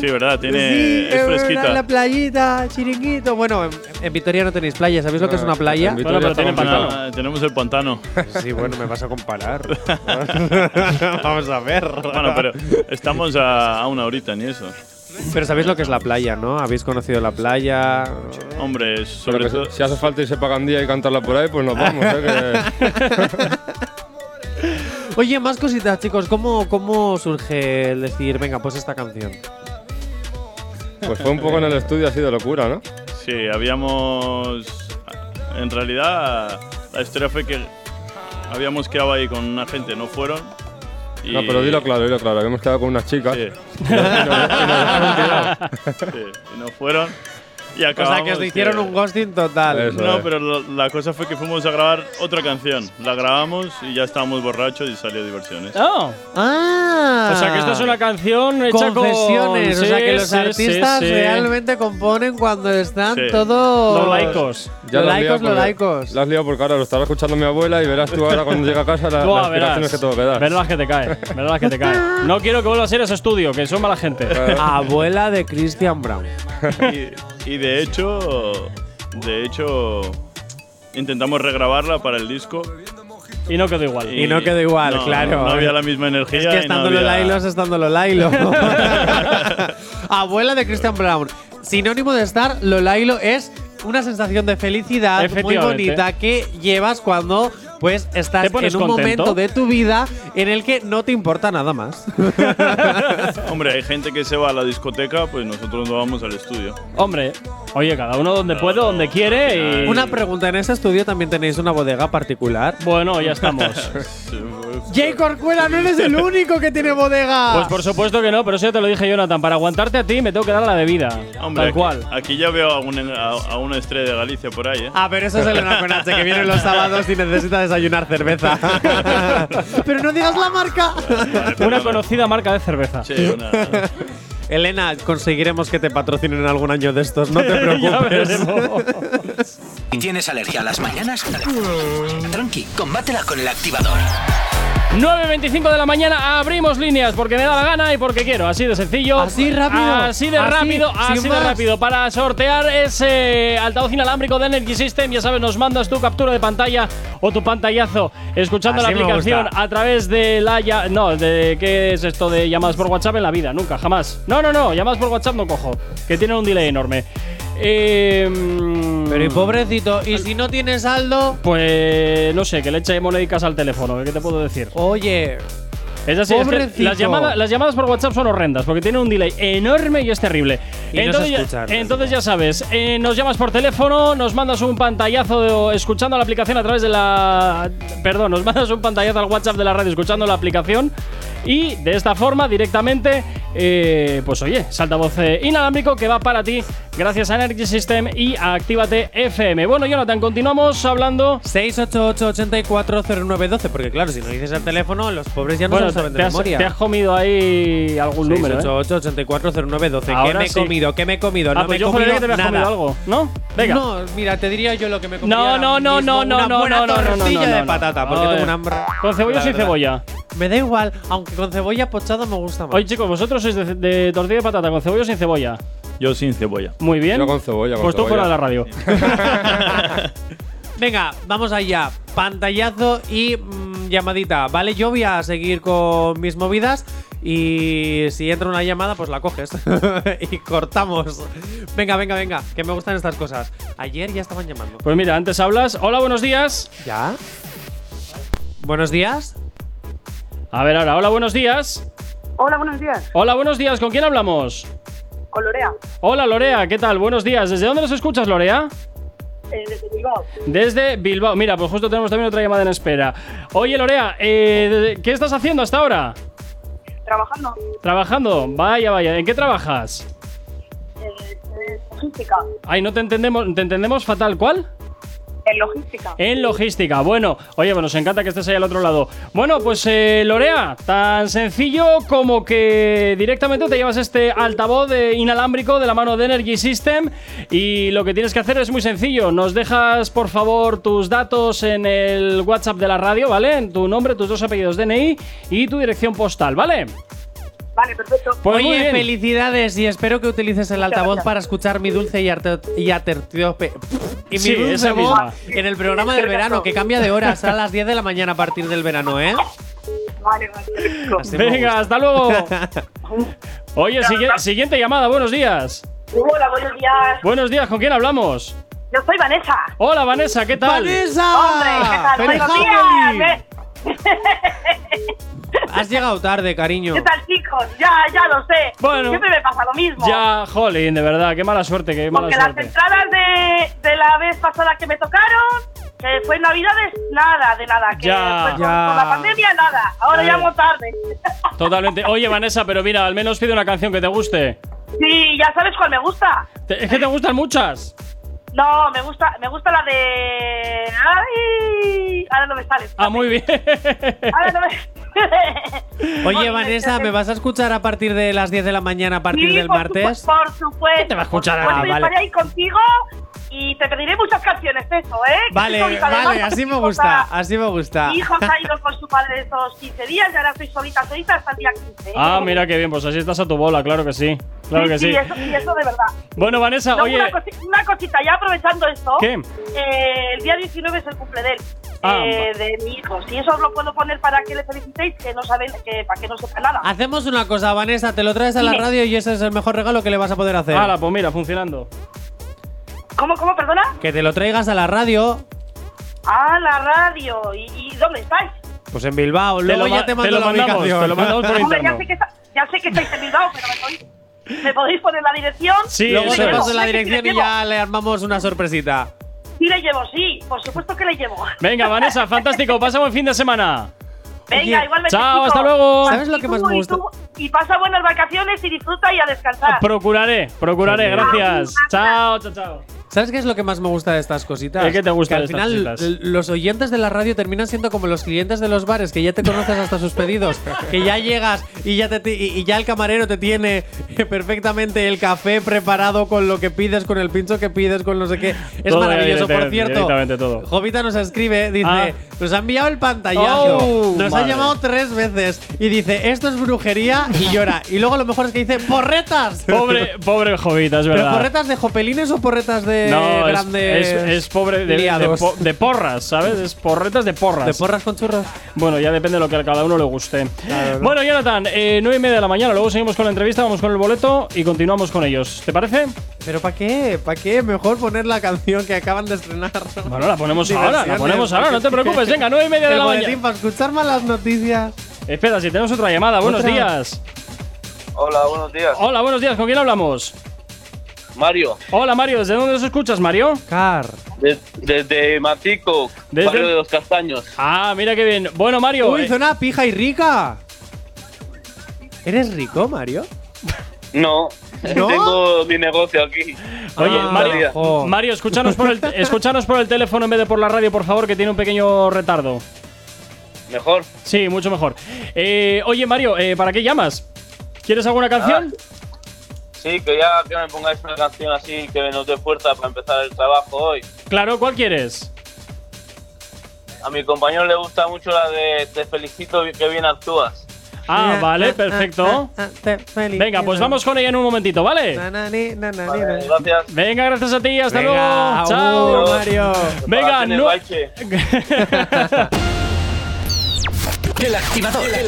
[SPEAKER 11] Sí, verdad, tiene.
[SPEAKER 4] Sí,
[SPEAKER 11] es
[SPEAKER 4] eh,
[SPEAKER 11] fresquita.
[SPEAKER 4] la playita, chiringuito. Bueno, en, en Vitoria no tenéis playa. ¿Sabéis lo que es una playa?
[SPEAKER 11] En Vitoria estamos en la- Tenemos el pantano.
[SPEAKER 4] Sí, bueno, me vas a comparar.
[SPEAKER 11] Vamos a ver. Bueno, pero estamos a, a una horita, ni eso.
[SPEAKER 4] Pero sabéis lo que es la playa, ¿no? Habéis conocido la playa.
[SPEAKER 11] Hombre,
[SPEAKER 10] Pero
[SPEAKER 11] sobre
[SPEAKER 10] que
[SPEAKER 11] todo.
[SPEAKER 10] si hace falta irse para Gandía y cantarla por ahí, pues nos vamos. ¿eh? Que-
[SPEAKER 4] Oye, más cositas, chicos. ¿Cómo, ¿Cómo surge el decir, venga, pues esta canción?
[SPEAKER 10] pues fue un poco en el estudio así de locura, ¿no?
[SPEAKER 11] Sí, habíamos. En realidad, la historia fue que habíamos quedado ahí con una gente, no fueron. y-
[SPEAKER 10] No, pero dilo claro, dilo claro. Habíamos quedado con unas chicas.
[SPEAKER 11] Sí, y no fueron. Y
[SPEAKER 4] O sea, que os
[SPEAKER 11] acabamos
[SPEAKER 4] hicieron
[SPEAKER 11] de-
[SPEAKER 4] un ghosting total.
[SPEAKER 11] No, pero lo- la cosa fue que fuimos a grabar otra canción. La grabamos y ya estábamos borrachos y salió diversiones.
[SPEAKER 3] Oh.
[SPEAKER 4] Ah.
[SPEAKER 3] O sea, que esta es una canción hecha con-
[SPEAKER 4] Confesiones, o sea
[SPEAKER 3] Sí,
[SPEAKER 4] que los
[SPEAKER 3] sí,
[SPEAKER 4] artistas
[SPEAKER 3] sí, sí.
[SPEAKER 4] realmente componen cuando están
[SPEAKER 10] Sí.
[SPEAKER 4] todos
[SPEAKER 10] Ya
[SPEAKER 4] los
[SPEAKER 10] la has liado
[SPEAKER 4] laicos, los
[SPEAKER 10] porque-
[SPEAKER 4] laicos.
[SPEAKER 10] La has liado porque ahora lo estará escuchando mi abuela y verás tú ahora cuando llega a casa la,
[SPEAKER 3] Buah,
[SPEAKER 10] las aspiraciones que tengo que dar.
[SPEAKER 3] verás las que te cae, verás las que te cae. No quiero que vuelvas a ir a ese estudio, que son mala gente.
[SPEAKER 4] Abuela de Christian Brown.
[SPEAKER 11] y, y de hecho, de hecho, intentamos regrabarla para el disco.
[SPEAKER 3] Y no quedó igual.
[SPEAKER 4] Y no quedó igual, claro.
[SPEAKER 11] No había la misma energía.
[SPEAKER 4] Es que
[SPEAKER 11] y no
[SPEAKER 4] estando los
[SPEAKER 11] había-
[SPEAKER 4] lailos, estando los lailos. Abuela de Christian Brown. Sinónimo de estar, lo lailo es una sensación de felicidad muy
[SPEAKER 3] Efectivamente.
[SPEAKER 4] bonita que llevas cuando pues estás
[SPEAKER 3] Te pones
[SPEAKER 4] en un
[SPEAKER 3] contento.
[SPEAKER 4] momento de tu vida en el que no te importa nada más.
[SPEAKER 11] Hombre, hay gente que se va a la discoteca, pues nosotros nos vamos al estudio.
[SPEAKER 3] Hombre, oye, cada uno donde puede, donde quiere y.
[SPEAKER 4] Una pregunta, en ese este estudio también tenéis una bodega particular.
[SPEAKER 3] Bueno, ya estamos.
[SPEAKER 4] Jay Corcuela, no eres el único que tiene bodega.
[SPEAKER 3] Pues por supuesto que no, pero eso ya te lo dije, Jonathan. Para aguantarte a ti me tengo que dar la bebida.
[SPEAKER 11] Hombre,
[SPEAKER 3] Tal
[SPEAKER 11] aquí,
[SPEAKER 3] cual.
[SPEAKER 11] aquí ya veo a un, a, a un estrella de Galicia por ahí, ¿eh?
[SPEAKER 4] Ah, pero eso es el H que viene los sábados y necesita desayunar cerveza. pero no digas la marca.
[SPEAKER 3] Una conocida marca de cerveza.
[SPEAKER 4] Elena, conseguiremos que te patrocinen en algún año de estos, no te
[SPEAKER 3] Ya
[SPEAKER 4] preocupes.
[SPEAKER 3] veremos.
[SPEAKER 2] Si ¿Tienes alergia a las mañanas? Tranqui, combátela con el activador.
[SPEAKER 3] 9.25 de la mañana abrimos líneas porque me da la gana y porque quiero. Así de sencillo.
[SPEAKER 4] Así rápido.
[SPEAKER 3] Así de
[SPEAKER 4] Así,
[SPEAKER 3] rápido.
[SPEAKER 4] sin
[SPEAKER 3] Así de
[SPEAKER 4] más.
[SPEAKER 3] rápido. Para sortear ese altavoz inalámbrico de Energy System, ya sabes, nos mandas tu captura de pantalla o tu pantallazo escuchando
[SPEAKER 4] Así
[SPEAKER 3] la
[SPEAKER 4] me
[SPEAKER 3] aplicación
[SPEAKER 4] gusta.
[SPEAKER 3] a través de la. ya- no, de, ¿qué es esto de llamadas por WhatsApp en la vida? Nunca, jamás. No, no, no. Llamadas por WhatsApp no cojo. Que tienen un delay enorme. Eh, mm,
[SPEAKER 4] Pero y pobrecito, y si no tienes saldo,
[SPEAKER 3] Pues no sé, que le eche monedicas al teléfono. ¿Qué te puedo decir?
[SPEAKER 4] oye,
[SPEAKER 3] Es así, es que
[SPEAKER 4] Pobrecito.
[SPEAKER 3] las, llamada- las llamadas por WhatsApp son horrendas porque tienen un delay enorme y es terrible.
[SPEAKER 4] Y no se
[SPEAKER 3] entonces, ya-
[SPEAKER 4] escuchan.
[SPEAKER 3] entonces ya sabes, eh, nos llamas por teléfono, nos mandas un pantallazo de- o escuchando la aplicación a través de la. Perdón, nos mandas un pantallazo al WhatsApp de la radio escuchando la aplicación y de esta forma directamente, eh, pues oye, salta voz inalámbrico que va para ti gracias a Energy System y a Actívate FM. Bueno, Jonathan, continuamos hablando.
[SPEAKER 4] 688-840912, porque claro, si no dices el teléfono, los pobres ya no se
[SPEAKER 3] bueno,
[SPEAKER 4] lo saben
[SPEAKER 3] te
[SPEAKER 4] de
[SPEAKER 3] has,
[SPEAKER 4] memoria.
[SPEAKER 3] te has comido ahí algún número. ¿eh?
[SPEAKER 4] 688-840912, ¿qué
[SPEAKER 3] Ahora
[SPEAKER 4] me he
[SPEAKER 3] sí.
[SPEAKER 4] comido? ¿Qué me he comido?
[SPEAKER 3] Ah,
[SPEAKER 4] no me
[SPEAKER 3] pues
[SPEAKER 4] he
[SPEAKER 3] yo
[SPEAKER 4] comido
[SPEAKER 3] juraría que te habías
[SPEAKER 4] nada.
[SPEAKER 3] comido algo, ¿no? Venga.
[SPEAKER 4] No, mira, te diría yo lo que me he comido.
[SPEAKER 3] No,
[SPEAKER 4] ahora
[SPEAKER 3] no, no,
[SPEAKER 4] mismo,
[SPEAKER 3] no, no,
[SPEAKER 4] una
[SPEAKER 3] no,
[SPEAKER 4] buena
[SPEAKER 3] no, no, no,
[SPEAKER 4] tortilla
[SPEAKER 3] no, no,
[SPEAKER 4] de
[SPEAKER 3] no.
[SPEAKER 4] patata, porque
[SPEAKER 3] Joder.
[SPEAKER 4] tengo un hambre.
[SPEAKER 3] ¿Con cebolla
[SPEAKER 4] La
[SPEAKER 3] o sin
[SPEAKER 4] verdad.
[SPEAKER 3] cebolla?
[SPEAKER 4] Me da igual, aunque con cebolla pochado me gusta más.
[SPEAKER 3] Oye, chicos, vosotros sois de, de tortilla de patata con cebolla o sin cebolla.
[SPEAKER 11] Yo sin cebolla.
[SPEAKER 3] Muy bien.
[SPEAKER 10] Yo con cebolla, con
[SPEAKER 3] pues tú
[SPEAKER 10] cebolla.
[SPEAKER 3] fuera de la radio.
[SPEAKER 4] Venga, vamos allá. Pantallazo y mm, llamadita, ¿vale? Yo voy a seguir con mis movidas y si entra una llamada, pues la coges y cortamos. Venga, venga, venga, que me gustan estas cosas. Ayer ya estaban llamando.
[SPEAKER 3] Pues mira, antes hablas. Hola, buenos días.
[SPEAKER 4] ¿Ya? Buenos días.
[SPEAKER 3] A ver, ahora, hola, buenos días.
[SPEAKER 13] Hola, buenos días.
[SPEAKER 3] Hola, buenos días. ¿Con quién hablamos?
[SPEAKER 13] Colorea.
[SPEAKER 3] Hola, Lorea, ¿qué tal? Buenos días. ¿Desde dónde nos escuchas, Lorea?
[SPEAKER 13] Eh, desde Bilbao.
[SPEAKER 3] Desde Bilbao. Mira, pues justo tenemos también otra llamada en espera. Oye, Lorea, eh, ¿qué estás haciendo hasta ahora?
[SPEAKER 13] Trabajando
[SPEAKER 3] Trabajando. Vaya, vaya. ¿En qué trabajas?
[SPEAKER 13] eh, en logística.
[SPEAKER 3] Ay, no te entendemos, te entendemos fatal. ¿Cuál?
[SPEAKER 13] En logística.
[SPEAKER 3] En logística. Bueno, oye, pues nos encanta que estés ahí al otro lado. Bueno, pues eh, Lorea, tan sencillo como que directamente te llevas este altavoz eh, inalámbrico de la mano de Energy System y lo que tienes que hacer es muy sencillo. Nos dejas, por favor, tus datos en el WhatsApp de la radio, ¿vale? En tu nombre, tus dos apellidos DNI y tu dirección postal, ¿vale?
[SPEAKER 13] Vale, perfecto.
[SPEAKER 3] Pues muy
[SPEAKER 4] Oye,
[SPEAKER 3] bien.
[SPEAKER 4] felicidades y espero que utilices el altavoz
[SPEAKER 13] gracias.
[SPEAKER 4] para escuchar mi dulce y, arte- y atertiope. Y mi
[SPEAKER 3] Sí,
[SPEAKER 4] dulce
[SPEAKER 3] esa
[SPEAKER 4] voz
[SPEAKER 3] misma.
[SPEAKER 4] en el programa del verano, que cambia de horas a las 10 de la mañana a partir del verano, ¿eh?
[SPEAKER 13] Vale, vale.
[SPEAKER 4] Así me
[SPEAKER 3] Venga,
[SPEAKER 4] gusta.
[SPEAKER 3] hasta luego. Oye, sigui- siguiente llamada, buenos días.
[SPEAKER 13] Hola, buenos días.
[SPEAKER 3] Buenos días, ¿con quién hablamos?
[SPEAKER 13] Yo soy Vanessa.
[SPEAKER 3] Hola Vanessa, ¿qué tal?
[SPEAKER 13] Hombre, ¿qué tal?
[SPEAKER 4] ¡Feliz
[SPEAKER 13] Buenos días.
[SPEAKER 4] Halloween!
[SPEAKER 13] ¿eh?
[SPEAKER 4] Has llegado tarde, cariño.
[SPEAKER 13] ¿Qué tal, chicos? Ya, ya lo sé.
[SPEAKER 3] Bueno.
[SPEAKER 13] Siempre me pasa lo mismo.
[SPEAKER 3] Ya, jolín, de verdad, qué mala suerte, qué mala
[SPEAKER 13] Porque las
[SPEAKER 3] suerte.
[SPEAKER 13] entradas de, de la vez pasada que me tocaron, que fue en Navidades, nada, de nada. Que
[SPEAKER 3] Ya.
[SPEAKER 13] fue con,
[SPEAKER 3] Ya.
[SPEAKER 13] con la pandemia, nada. Ahora
[SPEAKER 3] Eh.
[SPEAKER 13] llamo tarde.
[SPEAKER 3] Totalmente. Oye Vanessa, pero mira, al menos pide una canción que te guste.
[SPEAKER 13] sí, ya sabes cuál me gusta.
[SPEAKER 3] Te- Es que te gustan muchas.
[SPEAKER 13] No, me gusta, me gusta la de. ¡Ay! Ahora no me sale.
[SPEAKER 3] Ah, muy bien.
[SPEAKER 13] Ahora no me.
[SPEAKER 4] Oye, Vanessa, ¿me vas a escuchar a partir de las 10 de la mañana a partir
[SPEAKER 13] Sí,
[SPEAKER 4] del
[SPEAKER 13] por
[SPEAKER 4] martes?
[SPEAKER 13] supu- Por supuesto.
[SPEAKER 4] te va a escuchar?
[SPEAKER 13] Por supuesto,
[SPEAKER 4] Ah,
[SPEAKER 13] yo
[SPEAKER 4] vale.
[SPEAKER 13] estaré ahí contigo y te pediré muchas canciones, eso, ¿eh? Que
[SPEAKER 4] Vale,
[SPEAKER 13] estoy solita,
[SPEAKER 4] vale,
[SPEAKER 13] además,
[SPEAKER 4] así me
[SPEAKER 13] porque
[SPEAKER 4] gusta,
[SPEAKER 13] mi hijo
[SPEAKER 4] así me
[SPEAKER 13] está-
[SPEAKER 4] gusta.
[SPEAKER 13] Mi hijo se ha ido con su padre estos 15 días y ahora estoy solita, solita hasta el día 15. ¿eh?
[SPEAKER 3] Ah, mira qué bien, pues así estás a tu bola, claro que sí. Claro que sí.
[SPEAKER 13] eso, sí, eso de verdad.
[SPEAKER 3] Bueno, Vanessa,
[SPEAKER 13] Luego
[SPEAKER 3] oye,
[SPEAKER 13] una, cosi- una cosita, ya aprovechando esto.
[SPEAKER 3] ¿Qué?
[SPEAKER 13] eh, el día 19 es el cumple de él.
[SPEAKER 3] Ah,
[SPEAKER 13] eh, de mi hijo. Si eso os lo puedo poner para que le felicitéis, que no saben, que para que no sepa nada.
[SPEAKER 4] Hacemos una cosa, Vanessa, te lo traes a la
[SPEAKER 13] Dime.
[SPEAKER 4] radio y ese es el mejor regalo que le vas a poder hacer.
[SPEAKER 3] ala, pues mira, funcionando.
[SPEAKER 13] ¿Cómo, cómo, perdona?
[SPEAKER 4] Que te lo traigas a la radio,
[SPEAKER 13] Ah, la radio. ¿Y, y dónde estáis?
[SPEAKER 4] pues en Bilbao, luego
[SPEAKER 3] lo
[SPEAKER 4] ya
[SPEAKER 3] ma-
[SPEAKER 4] te
[SPEAKER 3] te
[SPEAKER 4] mando
[SPEAKER 3] lo
[SPEAKER 4] la
[SPEAKER 3] mandamos,
[SPEAKER 4] ubicación.
[SPEAKER 3] te lo mandamos por
[SPEAKER 13] Hombre, ya
[SPEAKER 3] interno.
[SPEAKER 13] sé, que está- ya sé que estáis en Bilbao, pero me podéis, me podéis poner la dirección.
[SPEAKER 3] Sí,
[SPEAKER 4] Luego
[SPEAKER 3] eso
[SPEAKER 4] te
[SPEAKER 3] es.
[SPEAKER 4] paso la
[SPEAKER 13] Sí, sí,
[SPEAKER 4] dirección
[SPEAKER 13] sí,
[SPEAKER 4] y ya le armamos una sorpresita.
[SPEAKER 13] Sí, le llevo, sí, por supuesto que le llevo.
[SPEAKER 3] Venga, Vanessa, fantástico, pasa buen fin de semana.
[SPEAKER 13] Venga,
[SPEAKER 4] Oye,
[SPEAKER 13] igualmente.
[SPEAKER 3] chao,
[SPEAKER 13] chicos.
[SPEAKER 3] hasta luego.
[SPEAKER 4] ¿Sabes lo
[SPEAKER 13] Y
[SPEAKER 4] que
[SPEAKER 13] tú,
[SPEAKER 4] más me
[SPEAKER 13] y
[SPEAKER 4] gusta?
[SPEAKER 13] tú, Y pasa buenas vacaciones y disfruta y a descansar.
[SPEAKER 3] Procuraré, procuraré,
[SPEAKER 4] Muy bien.
[SPEAKER 3] gracias. Chao, chao, chao.
[SPEAKER 4] ¿Sabes qué es lo que más me gusta de estas cositas?
[SPEAKER 3] ¿Eh? ¿Qué te
[SPEAKER 4] que
[SPEAKER 3] gusta
[SPEAKER 4] al
[SPEAKER 3] de estas
[SPEAKER 4] final
[SPEAKER 3] cositas?
[SPEAKER 4] l- los oyentes de la radio terminan siendo como los clientes de los bares, que ya te conoces hasta sus pedidos, que ya llegas y ya, te ti- y y ya el camarero te tiene perfectamente el café preparado con lo que pides, con el pincho que pides, con no sé qué. Es
[SPEAKER 3] Todo
[SPEAKER 4] maravilloso, por
[SPEAKER 3] directamente,
[SPEAKER 4] cierto.
[SPEAKER 3] directamente todo.
[SPEAKER 4] Jovita nos escribe, dice,
[SPEAKER 3] Ah.
[SPEAKER 4] nos ha enviado el pantallazo,
[SPEAKER 3] Oh,
[SPEAKER 4] nos ha
[SPEAKER 3] madre.
[SPEAKER 4] llamado tres veces y dice, esto es brujería y llora. Y luego lo mejor es que dice, porretas.
[SPEAKER 3] Pobre, pobre Jovita, es
[SPEAKER 4] ¿Pero
[SPEAKER 3] verdad.
[SPEAKER 4] porretas de jopelines o porretas de
[SPEAKER 3] Ah. no, es-
[SPEAKER 4] grandes?
[SPEAKER 3] es, es pobre de, de
[SPEAKER 4] liados?
[SPEAKER 3] po- de porras, ¿sabes? Es porretas de porras.
[SPEAKER 4] ¿De porras con churros?
[SPEAKER 3] Bueno, ya depende de lo que a cada uno le guste.
[SPEAKER 4] Claro, ¿no?
[SPEAKER 3] Bueno, Jonathan, eh, 9 y media de la mañana. Luego seguimos con la entrevista, vamos con el boleto y continuamos con ellos. ¿Te parece?
[SPEAKER 4] ¿Pero para qué? ¿Para qué? Mejor poner la canción que acaban de estrenar.
[SPEAKER 3] Bueno, la ponemos ahora, la ponemos ahora, no te preocupes. Venga, 9 y media de la mañana.
[SPEAKER 4] Para escuchar malas noticias.
[SPEAKER 3] Espera, si tenemos otra llamada. Buenos
[SPEAKER 4] Otra.
[SPEAKER 3] días.
[SPEAKER 14] Hola, buenos días.
[SPEAKER 3] Hola, buenos días. ¿Con quién hablamos?
[SPEAKER 14] Mario,
[SPEAKER 3] Hola, Mario. ¿Desde dónde nos escuchas, Mario?
[SPEAKER 4] Car.
[SPEAKER 14] de- desde Matico,
[SPEAKER 3] Desde-
[SPEAKER 14] barrio de los castaños.
[SPEAKER 3] Ah, mira qué bien. Bueno, Mario.
[SPEAKER 4] Uy,
[SPEAKER 3] eh,
[SPEAKER 4] zona pija y rica. ¿Eres rico, Mario?
[SPEAKER 14] No,
[SPEAKER 4] ¿No?
[SPEAKER 14] tengo mi negocio aquí.
[SPEAKER 3] Oye,
[SPEAKER 4] Ah,
[SPEAKER 3] Mario,
[SPEAKER 14] Oh.
[SPEAKER 4] jo.
[SPEAKER 3] Mario, escúchanos por, el, escúchanos por el teléfono en vez de por la radio, por favor, que tiene un pequeño retardo.
[SPEAKER 14] Mejor.
[SPEAKER 3] Sí, mucho mejor. Eh, oye, Mario, eh, ¿para qué llamas? ¿Quieres
[SPEAKER 4] Ah.
[SPEAKER 3] alguna canción?
[SPEAKER 14] Sí, que ya que me pongáis una canción así que nos dé fuerza para empezar el trabajo hoy.
[SPEAKER 3] Claro, ¿cuál quieres?
[SPEAKER 14] A mi compañero le gusta mucho la de Te felicito que bien actúas.
[SPEAKER 3] Ah,
[SPEAKER 4] Eh,
[SPEAKER 3] vale, perfecto. Venga, pues vamos con ella en un momentito, ¿vale?
[SPEAKER 14] Vale, gracias.
[SPEAKER 3] Venga, gracias a ti, hasta
[SPEAKER 4] Venga,
[SPEAKER 3] luego. Chao.
[SPEAKER 4] uh, Mario.
[SPEAKER 14] Preparad
[SPEAKER 3] Venga,
[SPEAKER 14] en el
[SPEAKER 3] no.
[SPEAKER 14] bache.
[SPEAKER 2] El activador. La,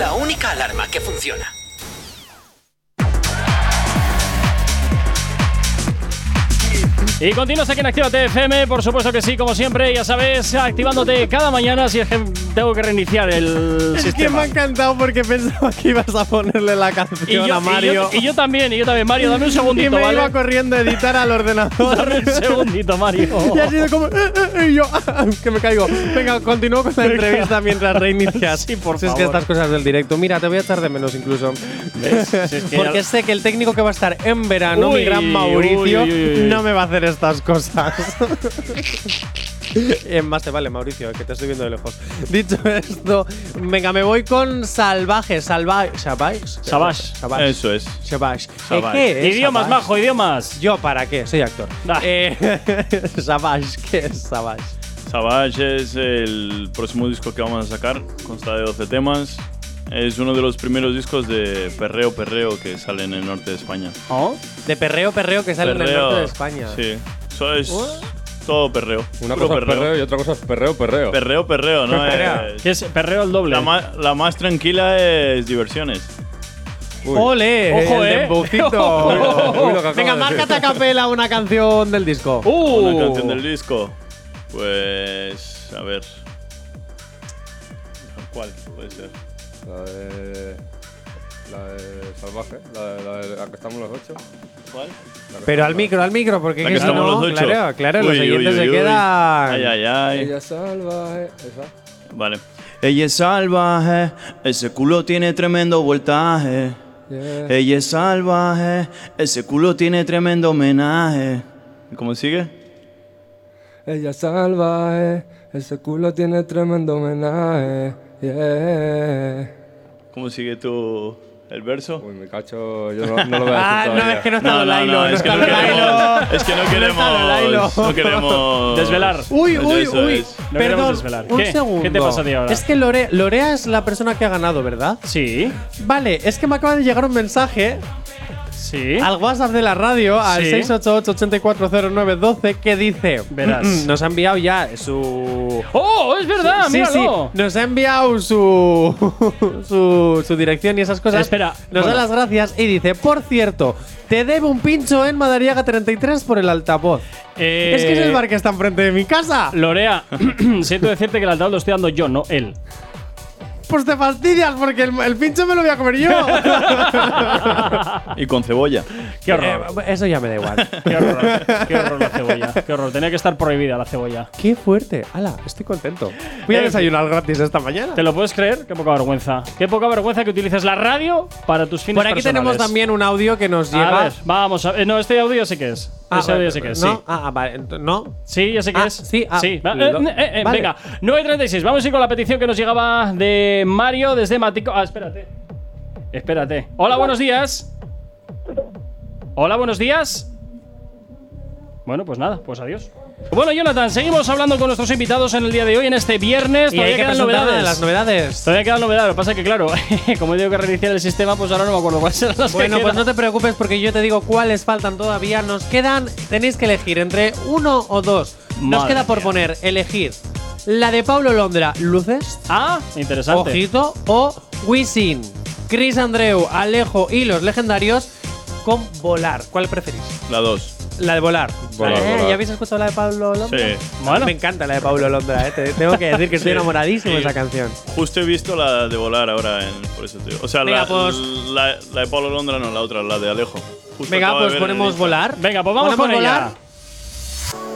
[SPEAKER 2] la única alarma que funciona.
[SPEAKER 3] Y continúas aquí en Actívate FM, por supuesto que sí, como siempre, ya sabes, activándote cada mañana si es que tengo que reiniciar el
[SPEAKER 4] Es que me
[SPEAKER 3] sistema.
[SPEAKER 4] ha encantado porque pensaba que ibas a ponerle la
[SPEAKER 3] Y
[SPEAKER 4] canción
[SPEAKER 3] yo,
[SPEAKER 4] a Mario.
[SPEAKER 3] y yo- y yo también, y yo también. Mario, dame un
[SPEAKER 4] Y
[SPEAKER 3] segundito,
[SPEAKER 4] me iba
[SPEAKER 3] ¿vale?
[SPEAKER 4] corriendo a editar al
[SPEAKER 3] Dame
[SPEAKER 4] ordenador.
[SPEAKER 3] un segundito, Mario.
[SPEAKER 4] Y ha sido como. "Eh, eh, eh", y yo, que me caigo. Venga, continúo con la entrevista mientras reinicias.
[SPEAKER 3] Sí, por
[SPEAKER 4] Si es que
[SPEAKER 3] favor.
[SPEAKER 4] estas cosas del directo. Mira, te voy a echar de menos incluso.
[SPEAKER 3] ¿Ves? Si es que ya-
[SPEAKER 4] Porque sé que el técnico que va a estar en verano,
[SPEAKER 3] Uy,
[SPEAKER 4] mi gran Mauricio,
[SPEAKER 3] uy, uy, uy, uy.
[SPEAKER 4] no me va a hacer estas cosas. En Eh, más te vale, Mauricio, que te estoy viendo de lejos. Dicho esto, venga, me voy con salvaje, salvaje, salvaje,
[SPEAKER 3] Savage.
[SPEAKER 11] Eso es.
[SPEAKER 4] Savage.
[SPEAKER 3] Savage. Idiomas, majo, idiomas.
[SPEAKER 4] Yo para qué, soy actor. Eh, savage, ¿qué es Savage?
[SPEAKER 11] Savage es el próximo disco que vamos a sacar, consta de 12 temas. Es uno de los primeros discos de perreo perreo que sale en el norte de España.
[SPEAKER 4] ¿Oh? De perreo, perreo que sale en el
[SPEAKER 11] Perreo,
[SPEAKER 4] norte de España. Oh.
[SPEAKER 11] Sí. Eso es todo perreo.
[SPEAKER 10] Una
[SPEAKER 11] Puro
[SPEAKER 10] cosa es perreo y otra cosa es perreo, perreo.
[SPEAKER 11] Perreo, perreo, ¿no?
[SPEAKER 10] Perrea.
[SPEAKER 11] Es-
[SPEAKER 3] ¿Qué es perreo el doble?
[SPEAKER 11] La, ma- la más tranquila es diversiones.
[SPEAKER 4] ¡Ole!
[SPEAKER 11] Ojo,
[SPEAKER 4] el
[SPEAKER 11] eh.
[SPEAKER 4] dembowcito.
[SPEAKER 11] Ojo. Uy, lo que acabo
[SPEAKER 4] Venga,
[SPEAKER 11] de
[SPEAKER 4] márcate a
[SPEAKER 11] decir. Uh.
[SPEAKER 4] capela una canción del disco. Uh.
[SPEAKER 11] Una canción del disco. Pues. A ver. ¿Cuál puede ser?
[SPEAKER 10] La de. La de salvaje, la de la, de la que estamos los ocho.
[SPEAKER 11] ¿Cuál?
[SPEAKER 4] Pero al micro, al micro, porque
[SPEAKER 11] La que
[SPEAKER 4] si
[SPEAKER 11] estamos
[SPEAKER 4] no,
[SPEAKER 11] los ocho.
[SPEAKER 4] claro, claro, los
[SPEAKER 11] Uy, uy,
[SPEAKER 4] oyentes
[SPEAKER 11] uy,
[SPEAKER 4] se
[SPEAKER 11] uy.
[SPEAKER 4] quedan.
[SPEAKER 11] Ay, ay, ay.
[SPEAKER 10] Ella es salvaje, esa.
[SPEAKER 11] Vale. Ella es salvaje, ese culo tiene tremendo voltaje.
[SPEAKER 10] Yeah.
[SPEAKER 11] Ella es salvaje, ese culo tiene tremendo homenaje. ¿Cómo sigue?
[SPEAKER 10] Ella es salvaje, ese culo tiene tremendo homenaje. Yeah.
[SPEAKER 11] ¿Cómo sigue tú el verso?
[SPEAKER 10] Uy, me cacho, yo no, no lo voy a
[SPEAKER 4] Ah, no,
[SPEAKER 10] decir todavía.
[SPEAKER 4] es que no está Dolailo, no
[SPEAKER 11] es que
[SPEAKER 4] está
[SPEAKER 11] no
[SPEAKER 4] Dolailo.
[SPEAKER 11] queremos, es que no queremos, no queremos
[SPEAKER 3] Desvelar.
[SPEAKER 4] Uy, uy,
[SPEAKER 11] Eso
[SPEAKER 4] uy.
[SPEAKER 11] es.
[SPEAKER 3] No queremos
[SPEAKER 4] Perdón,
[SPEAKER 3] desvelar.
[SPEAKER 4] un
[SPEAKER 3] ¿Qué?
[SPEAKER 4] segundo.
[SPEAKER 3] ¿Qué te pasa a ti ahora?
[SPEAKER 4] Es que Lore- Lorea es la persona que ha ganado, ¿verdad?
[SPEAKER 3] Sí,
[SPEAKER 4] Vale, es que me acaba de llegar un mensaje
[SPEAKER 3] sí.
[SPEAKER 4] al WhatsApp de la radio, al
[SPEAKER 3] Sí.
[SPEAKER 4] 688-840912, que dice:
[SPEAKER 3] Verás.
[SPEAKER 4] Mm, Nos ha enviado ya su.
[SPEAKER 3] ¡Oh, es verdad!
[SPEAKER 4] Sí, sí,
[SPEAKER 3] ¡Míralo!
[SPEAKER 4] nos ha enviado su, su, su dirección y esas cosas.
[SPEAKER 3] Espera,
[SPEAKER 4] Nos
[SPEAKER 3] bueno.
[SPEAKER 4] da las gracias y dice, por cierto, te debo un pincho en Madariaga 33 por el altavoz.
[SPEAKER 3] Eh,
[SPEAKER 4] Es que es el bar que está enfrente de mi casa.
[SPEAKER 3] Lorea, siento decirte que el altavoz lo estoy dando yo, no él.
[SPEAKER 4] Pues te fastidias porque el, el pincho me lo voy a comer yo.
[SPEAKER 11] Y con cebolla.
[SPEAKER 3] ¡Qué horror!
[SPEAKER 4] Eh, eso ya me da igual.
[SPEAKER 3] ¡Qué horror! ¡Qué horror la cebolla! ¡Qué horror! Tenía que estar prohibida la cebolla.
[SPEAKER 4] Qué fuerte. Ala, estoy contento. Voy a
[SPEAKER 3] Eh,
[SPEAKER 4] desayunar gratis esta mañana.
[SPEAKER 3] ¿Te lo puedes creer? ¡Qué poca vergüenza! ¡Qué poca vergüenza que utilices la radio para tus fines
[SPEAKER 4] Por aquí tenemos
[SPEAKER 3] personales.
[SPEAKER 4] también un audio que nos
[SPEAKER 3] A
[SPEAKER 4] llega.
[SPEAKER 3] ver, vamos a eh, No, este audio sí que es.
[SPEAKER 4] Ah,
[SPEAKER 3] Ese audio sí que es,
[SPEAKER 4] ¿no?
[SPEAKER 3] sí.
[SPEAKER 4] Ah, ah, vale. ento- No.
[SPEAKER 3] Sí, ya sé que
[SPEAKER 4] Ah,
[SPEAKER 3] es.
[SPEAKER 4] sí, ah,
[SPEAKER 3] Va-
[SPEAKER 4] lo-
[SPEAKER 3] eh, eh, eh,
[SPEAKER 4] vale.
[SPEAKER 3] Venga, 9.36. Vamos a ir con la petición que nos llegaba de Mario desde Matico. Ah, espérate. Espérate. Hola, buenos días. Hola, buenos días. Bueno, pues nada, pues adiós. Bueno, Jonathan, seguimos hablando con nuestros invitados en el día de hoy, en este viernes.
[SPEAKER 4] Y hay que
[SPEAKER 3] Todavía quedan
[SPEAKER 4] presentar una de
[SPEAKER 3] novedades.
[SPEAKER 4] las novedades.
[SPEAKER 3] Todavía quedan novedades. Lo que pasa es que, claro, como tengo que reiniciar el sistema, pues ahora no me acuerdo cuáles eran las que
[SPEAKER 4] Bueno, pues
[SPEAKER 3] quedan.
[SPEAKER 4] no te preocupes porque yo te digo cuáles faltan todavía. Nos quedan, tenéis que elegir entre uno o dos. Nos
[SPEAKER 3] Madre
[SPEAKER 4] queda por
[SPEAKER 3] mía.
[SPEAKER 4] poner, elegir la de Pablo Londra, Luces,
[SPEAKER 3] Ah, interesante.
[SPEAKER 4] Ojito o Wisin. Chris Andreu, Alejo y los legendarios con Volar. ¿Cuál preferís?
[SPEAKER 11] La dos.
[SPEAKER 4] La de Volar.
[SPEAKER 10] Volar,
[SPEAKER 4] Eh,
[SPEAKER 10] Volar.
[SPEAKER 4] ¿Ya habéis escuchado la de Pablo Londra?
[SPEAKER 11] Sí.
[SPEAKER 3] Bueno.
[SPEAKER 4] Me encanta la de Pablo Londra, eh. te- tengo que decir que estoy
[SPEAKER 11] Sí.
[SPEAKER 4] enamoradísimo de
[SPEAKER 11] Sí.
[SPEAKER 4] esa canción.
[SPEAKER 11] Justo he visto la de volar ahora, en, por eso te digo. O sea,
[SPEAKER 4] Venga,
[SPEAKER 11] la,
[SPEAKER 4] pues-
[SPEAKER 11] la, la de Pablo Londra no, la otra, la de Alejo. Justo
[SPEAKER 4] Venga,
[SPEAKER 11] acabo de
[SPEAKER 4] pues
[SPEAKER 11] ver en
[SPEAKER 4] ponemos
[SPEAKER 11] Insta.
[SPEAKER 4] Volar.
[SPEAKER 3] Venga, pues vamos
[SPEAKER 4] ¿Ponemos
[SPEAKER 3] con ella.
[SPEAKER 4] Volar?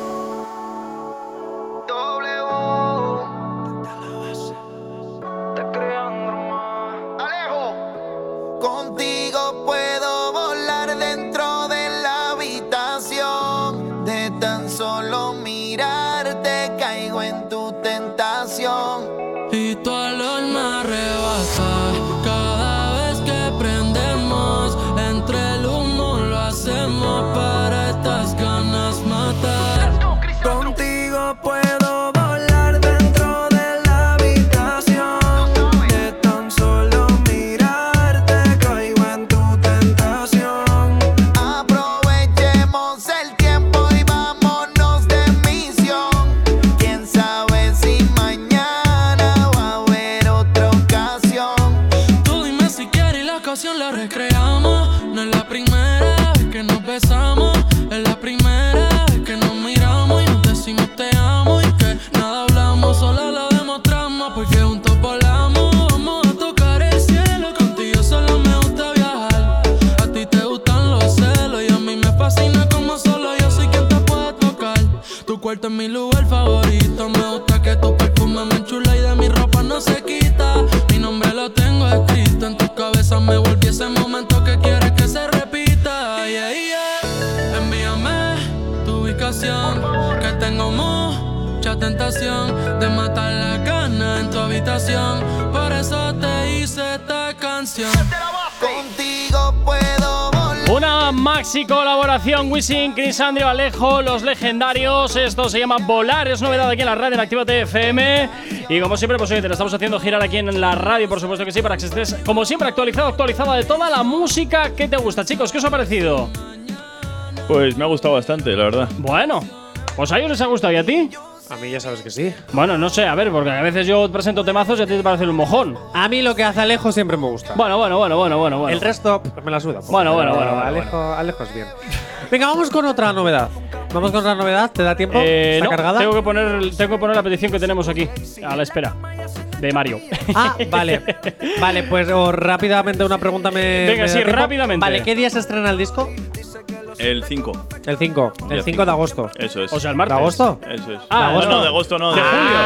[SPEAKER 8] Contigo puedo volar dentro de la habitación. De tan solo mirarte caigo en tu tentación.
[SPEAKER 12] Y tu alarma rebasa cada vez que prendemos. Entre el humo lo hacemos para estas ganas matar. Contigo puedo volar dentro de la habitación. De tan solo mirarte caigo en tu tentación.
[SPEAKER 8] Aprovechemos el tiempo y vámonos de misión. Quién sabe si mañana va a haber otra ocasión.
[SPEAKER 12] Tú dime si quieres y la ocasión la recreamos. No es la primera vez que nos besamos, es la primera vez que nos miramos y nos decimos te amo y que nada hablamos, solo lo demostramos porque juntos volamos. Vamos a tocar el cielo, contigo solo me gusta viajar. A ti te gustan los celos y a mí me fascina como solo yo soy quien te puede tocar. Tu cuarto es mi lugar favorito, me gusta que tu perfume me enchula y de mi ropa no se quita. Mi nombre lo tengo escrito en tu cabeza, me volví ese momento que quieres que se repita. sensación de matar la gana en tu habitación. Por eso te hice esta canción. Contigo puedo
[SPEAKER 3] Una maxi colaboración Wisin, Chris Andrio, Alejo, los legendarios. Esto se llama Volar, es novedad aquí en la radio en Activa TFM. Y como siempre, pues oye, te lo estamos haciendo girar aquí en la radio, por supuesto que sí, para que estés, como siempre, actualizado, actualizada de toda la música que te gusta. Chicos, ¿qué os ha parecido?
[SPEAKER 11] Pues me ha gustado bastante, la verdad.
[SPEAKER 3] Bueno, pues a ellos les ha gustado y a ti.
[SPEAKER 4] A mí ya sabes que sí.
[SPEAKER 3] Bueno, no sé, a ver, porque a veces yo presento temazos y a ti te parece un mojón.
[SPEAKER 4] A mí lo que hace Alejo siempre me gusta.
[SPEAKER 3] Bueno, bueno, bueno, bueno, bueno. bueno.
[SPEAKER 4] El resto pff, me la suda. poco.
[SPEAKER 3] Bueno, bueno,
[SPEAKER 4] Pero
[SPEAKER 3] bueno, bueno,
[SPEAKER 4] Alejo, Alejo es bien. Venga, vamos con otra novedad. Vamos con otra novedad. ¿Te da tiempo?
[SPEAKER 3] Eh,
[SPEAKER 4] ¿Está
[SPEAKER 3] no,
[SPEAKER 4] cargada?
[SPEAKER 3] Tengo que, poner, tengo que poner la petición que tenemos aquí, a la espera, de Mario.
[SPEAKER 4] Ah, vale. Vale, pues o rápidamente una pregunta me.
[SPEAKER 3] Venga,
[SPEAKER 4] me da
[SPEAKER 3] sí,
[SPEAKER 4] tiempo.
[SPEAKER 3] rápidamente.
[SPEAKER 4] Vale, ¿qué día se estrena el disco?
[SPEAKER 11] El 5.
[SPEAKER 4] El 5. El
[SPEAKER 11] Día
[SPEAKER 4] 5 de agosto.
[SPEAKER 11] Eso es.
[SPEAKER 4] O sea, el martes. ¿De agosto?
[SPEAKER 11] Eso es.
[SPEAKER 4] Ah,
[SPEAKER 11] no,
[SPEAKER 4] no.
[SPEAKER 11] no, de agosto no.
[SPEAKER 4] De julio.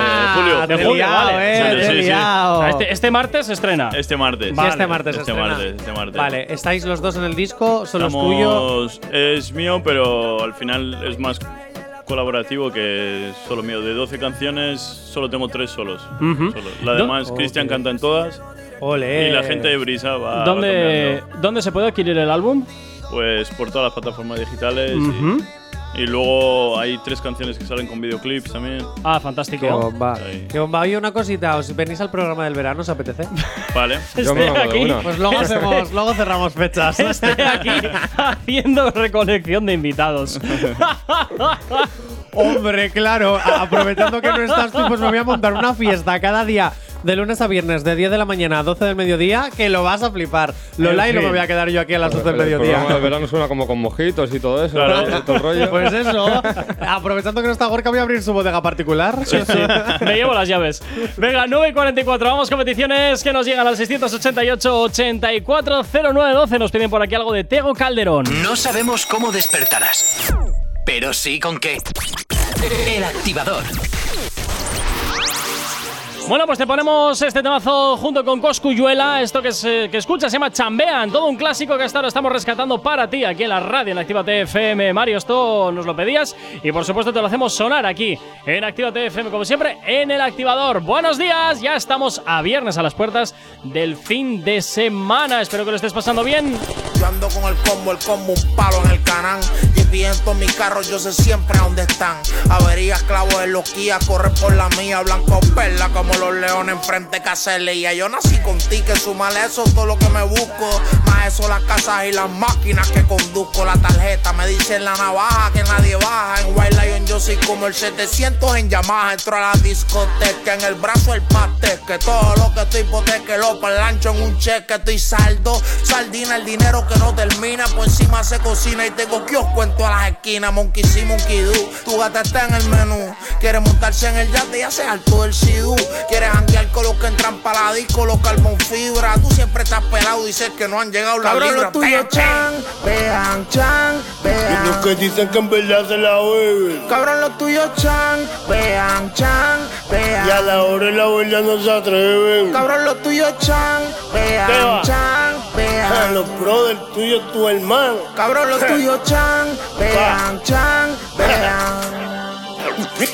[SPEAKER 11] julio.
[SPEAKER 4] te he liado, eh, te he liado.
[SPEAKER 3] Este, este martes se estrena.
[SPEAKER 11] Este martes.
[SPEAKER 4] Sí, este martes
[SPEAKER 11] Este
[SPEAKER 4] estrena.
[SPEAKER 11] martes, este martes.
[SPEAKER 4] Vale, ¿estáis los dos en el disco? ¿Son los tuyos?
[SPEAKER 11] Estamos- Es mío, pero al final es más colaborativo que solo mío. De 12 canciones, solo tengo tres solos.
[SPEAKER 3] Ujú.
[SPEAKER 11] Solo. La
[SPEAKER 3] ¿Dó-
[SPEAKER 11] demás, Cristian canta en todas.
[SPEAKER 4] Ole.
[SPEAKER 11] Y la gente de Brisa va. va
[SPEAKER 3] ¿Dónde, ¿Dónde se puede adquirir el álbum?
[SPEAKER 11] cambiando. Pues por todas las plataformas digitales. y-
[SPEAKER 3] Ujú.
[SPEAKER 11] y, luego hay tres canciones que salen con videoclips también.
[SPEAKER 3] Ah,
[SPEAKER 4] Qué
[SPEAKER 3] fantástico.
[SPEAKER 4] bomba. Qué bomba. Oye, una cosita, ¿os venís al programa del verano? ¿Os apetece?
[SPEAKER 11] Vale.
[SPEAKER 4] Este Pues luego hacemos, luego cerramos fechas.
[SPEAKER 3] Estoy aquí haciendo recolección de invitados.
[SPEAKER 4] Hombre, claro, aprovechando que no estás tú, pues me voy a montar una fiesta cada día. De lunes a viernes, de 10 de la mañana a 12 del mediodía, que lo vas a flipar. Lola, y no me voy a quedar yo aquí a las 12 del
[SPEAKER 10] Eh, Pues El programa de
[SPEAKER 4] mediodía.
[SPEAKER 10] verano suena como con mojitos y todo eso.
[SPEAKER 11] Claro.
[SPEAKER 10] ¿no? Todo el rollo.
[SPEAKER 4] Pues eso, aprovechando que no está Gorka, voy a abrir su bodega particular.
[SPEAKER 3] Me llevo las llaves. Venga, 9 y 44. Vamos, competiciones que nos llegan al 688-840912. Nos piden por aquí algo de Tego Calderón.
[SPEAKER 2] No sabemos cómo despertarás, pero sí con qué. El activador.
[SPEAKER 3] Bueno, pues te ponemos este temazo junto con Coscuyuela. Esto que, se- que escuchas se llama Chambean, todo un clásico que hasta ahora estamos rescatando para ti aquí en la radio, en Activa FM. Mario, esto nos lo pedías y por supuesto te lo hacemos sonar aquí en Activa FM, como siempre, en el activador. Buenos días, ya estamos a viernes a las puertas del fin de semana. Espero que lo estés pasando bien.
[SPEAKER 15] Yo ando con el combo, el combo, un palo en el canán. Y viento mis carros, yo sé siempre a dónde están. Averías, clavos de loquía, corre por la mía, blanco perla, como los leones enfrente caseleía. Yo nací con ti, que sumale eso es todo lo que me busco. Más eso las casas y las máquinas que conduzco. La tarjeta me dice en la navaja que nadie baja. En White Lion yo soy como el 700 en Yamaha. Entro a la discoteca, en el brazo el pastel, que todo lo que estoy hipoteque, lo palancho en un cheque, estoy saldo, sardina, el dinero que no termina, por encima se cocina y tengo kiosco en todas las esquinas, monkey sí, monkey do, tu gata está en el menú, quiere montarse en el yate, ya se hartó del sidú, quiere janguear con los que entran para la disco, los carbón fibra, tú siempre estás pelado, dices que no han llegado la
[SPEAKER 8] Cabrón,
[SPEAKER 15] libra,
[SPEAKER 8] lo tuyo,
[SPEAKER 15] Peche. Vean, chan, vean.
[SPEAKER 8] Y los que
[SPEAKER 15] dicen que en verdad se la beben. Cabrón, lo tuyo, chan, vean, chan, vean.
[SPEAKER 8] Y a la hora y la abuela no se atreven.
[SPEAKER 15] Cabrón, lo tuyo, chan, vean,
[SPEAKER 8] Teba.
[SPEAKER 15] chan,
[SPEAKER 8] Ah,
[SPEAKER 15] vean.
[SPEAKER 8] los brother tuyo, tu hermano.
[SPEAKER 15] Cabrón, lo tuyo, chan, vean, chan, vean.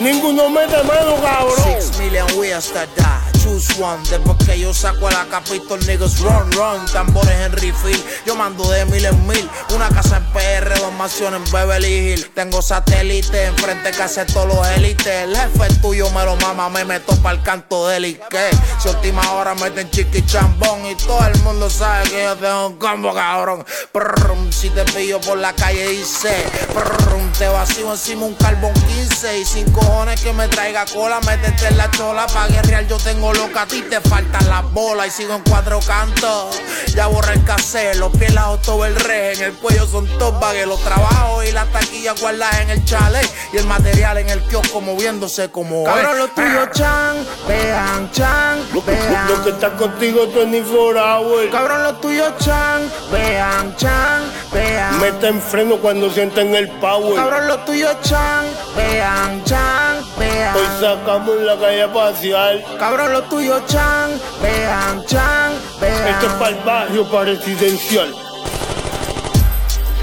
[SPEAKER 8] Ninguno mete mano, cabrón.
[SPEAKER 15] Six million we hasta die. Choose one, después que yo saco la capa y estos niggas run, run, tambores en refill. Yo mando de mil en mil, una casa en PR, dos mansiones en Beverly Hills. Tengo satélite, enfrente casi todos los élites. El jefe es tuyo me lo mama, me meto pa'l canto del Ike. Si última hora meten chiqui chambón y todo el mundo sabe que yo tengo un combo, cabrón. Prrrum, si te pillo por la calle dice, prrrum, te vacío encima un carbón 15 y sin cojones que me traiga cola, métete en la chola pa' guerrear, yo tengo loca, a ti te faltan las bolas y sigo en cuatro cantos. Ya borré el cassette, los pies lados todo el rey, en el cuello son top que los trabajos y las taquillas guardadas en el chalet y el material en el kiosco moviéndose como
[SPEAKER 8] Cabrón, lo tuyo,
[SPEAKER 15] chan, vean, chan,
[SPEAKER 8] vean.
[SPEAKER 15] Lo que está contigo 24 hours. Cabrón, lo tuyo, chan, vean, chan, vean.
[SPEAKER 8] Meten freno cuando sienten el power.
[SPEAKER 15] Cabrón, lo tuyo, chan, vean, chan, vean.
[SPEAKER 8] Hoy sacamos la calle a pasear.
[SPEAKER 15] Cabrón, lo tuyo, chan, vean, chan, vean.
[SPEAKER 8] Esto es para el barrio, para residencial.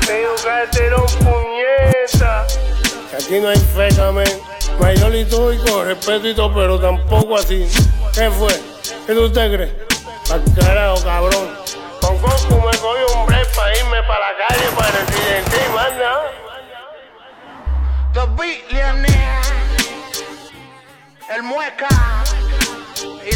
[SPEAKER 8] Tengo que hacer un puñeta. Aquí no hay feca, men.
[SPEAKER 16] Mayor y todo y con respeto y todo, pero tampoco así. ¿Qué fue? ¿Qué tú te crees? Al carajo, cabrón. Con Goku me cogí un break para irme para la calle, para el presidente y manda.
[SPEAKER 6] The Billionaire, el mueca y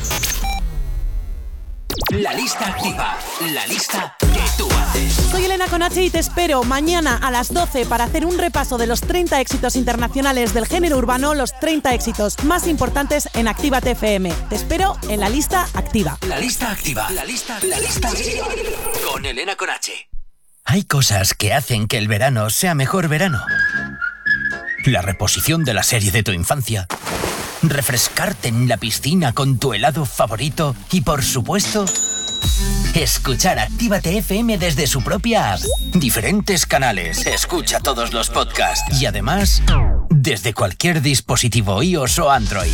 [SPEAKER 2] La lista activa. La lista que tú haces.
[SPEAKER 17] Soy Elena Conache y te espero mañana a las 12 para hacer un repaso de los 30 éxitos internacionales del género urbano, los 30 éxitos más importantes en Activa TFM. Te espero en la lista activa.
[SPEAKER 2] La lista activa. La lista. La lista. Con Elena Corache. Hay cosas que hacen que el verano sea mejor verano. La reposición de la serie de tu infancia. Refrescarte en la piscina con tu helado favorito y, por supuesto, escuchar Actívate FM desde su propia app. Diferentes canales. Escucha todos los podcasts. Y además, desde cualquier dispositivo iOS o Android.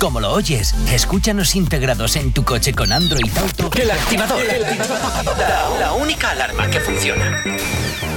[SPEAKER 2] Como lo oyes, escúchanos integrados en tu coche con Android Auto. El activador. La única alarma que funciona.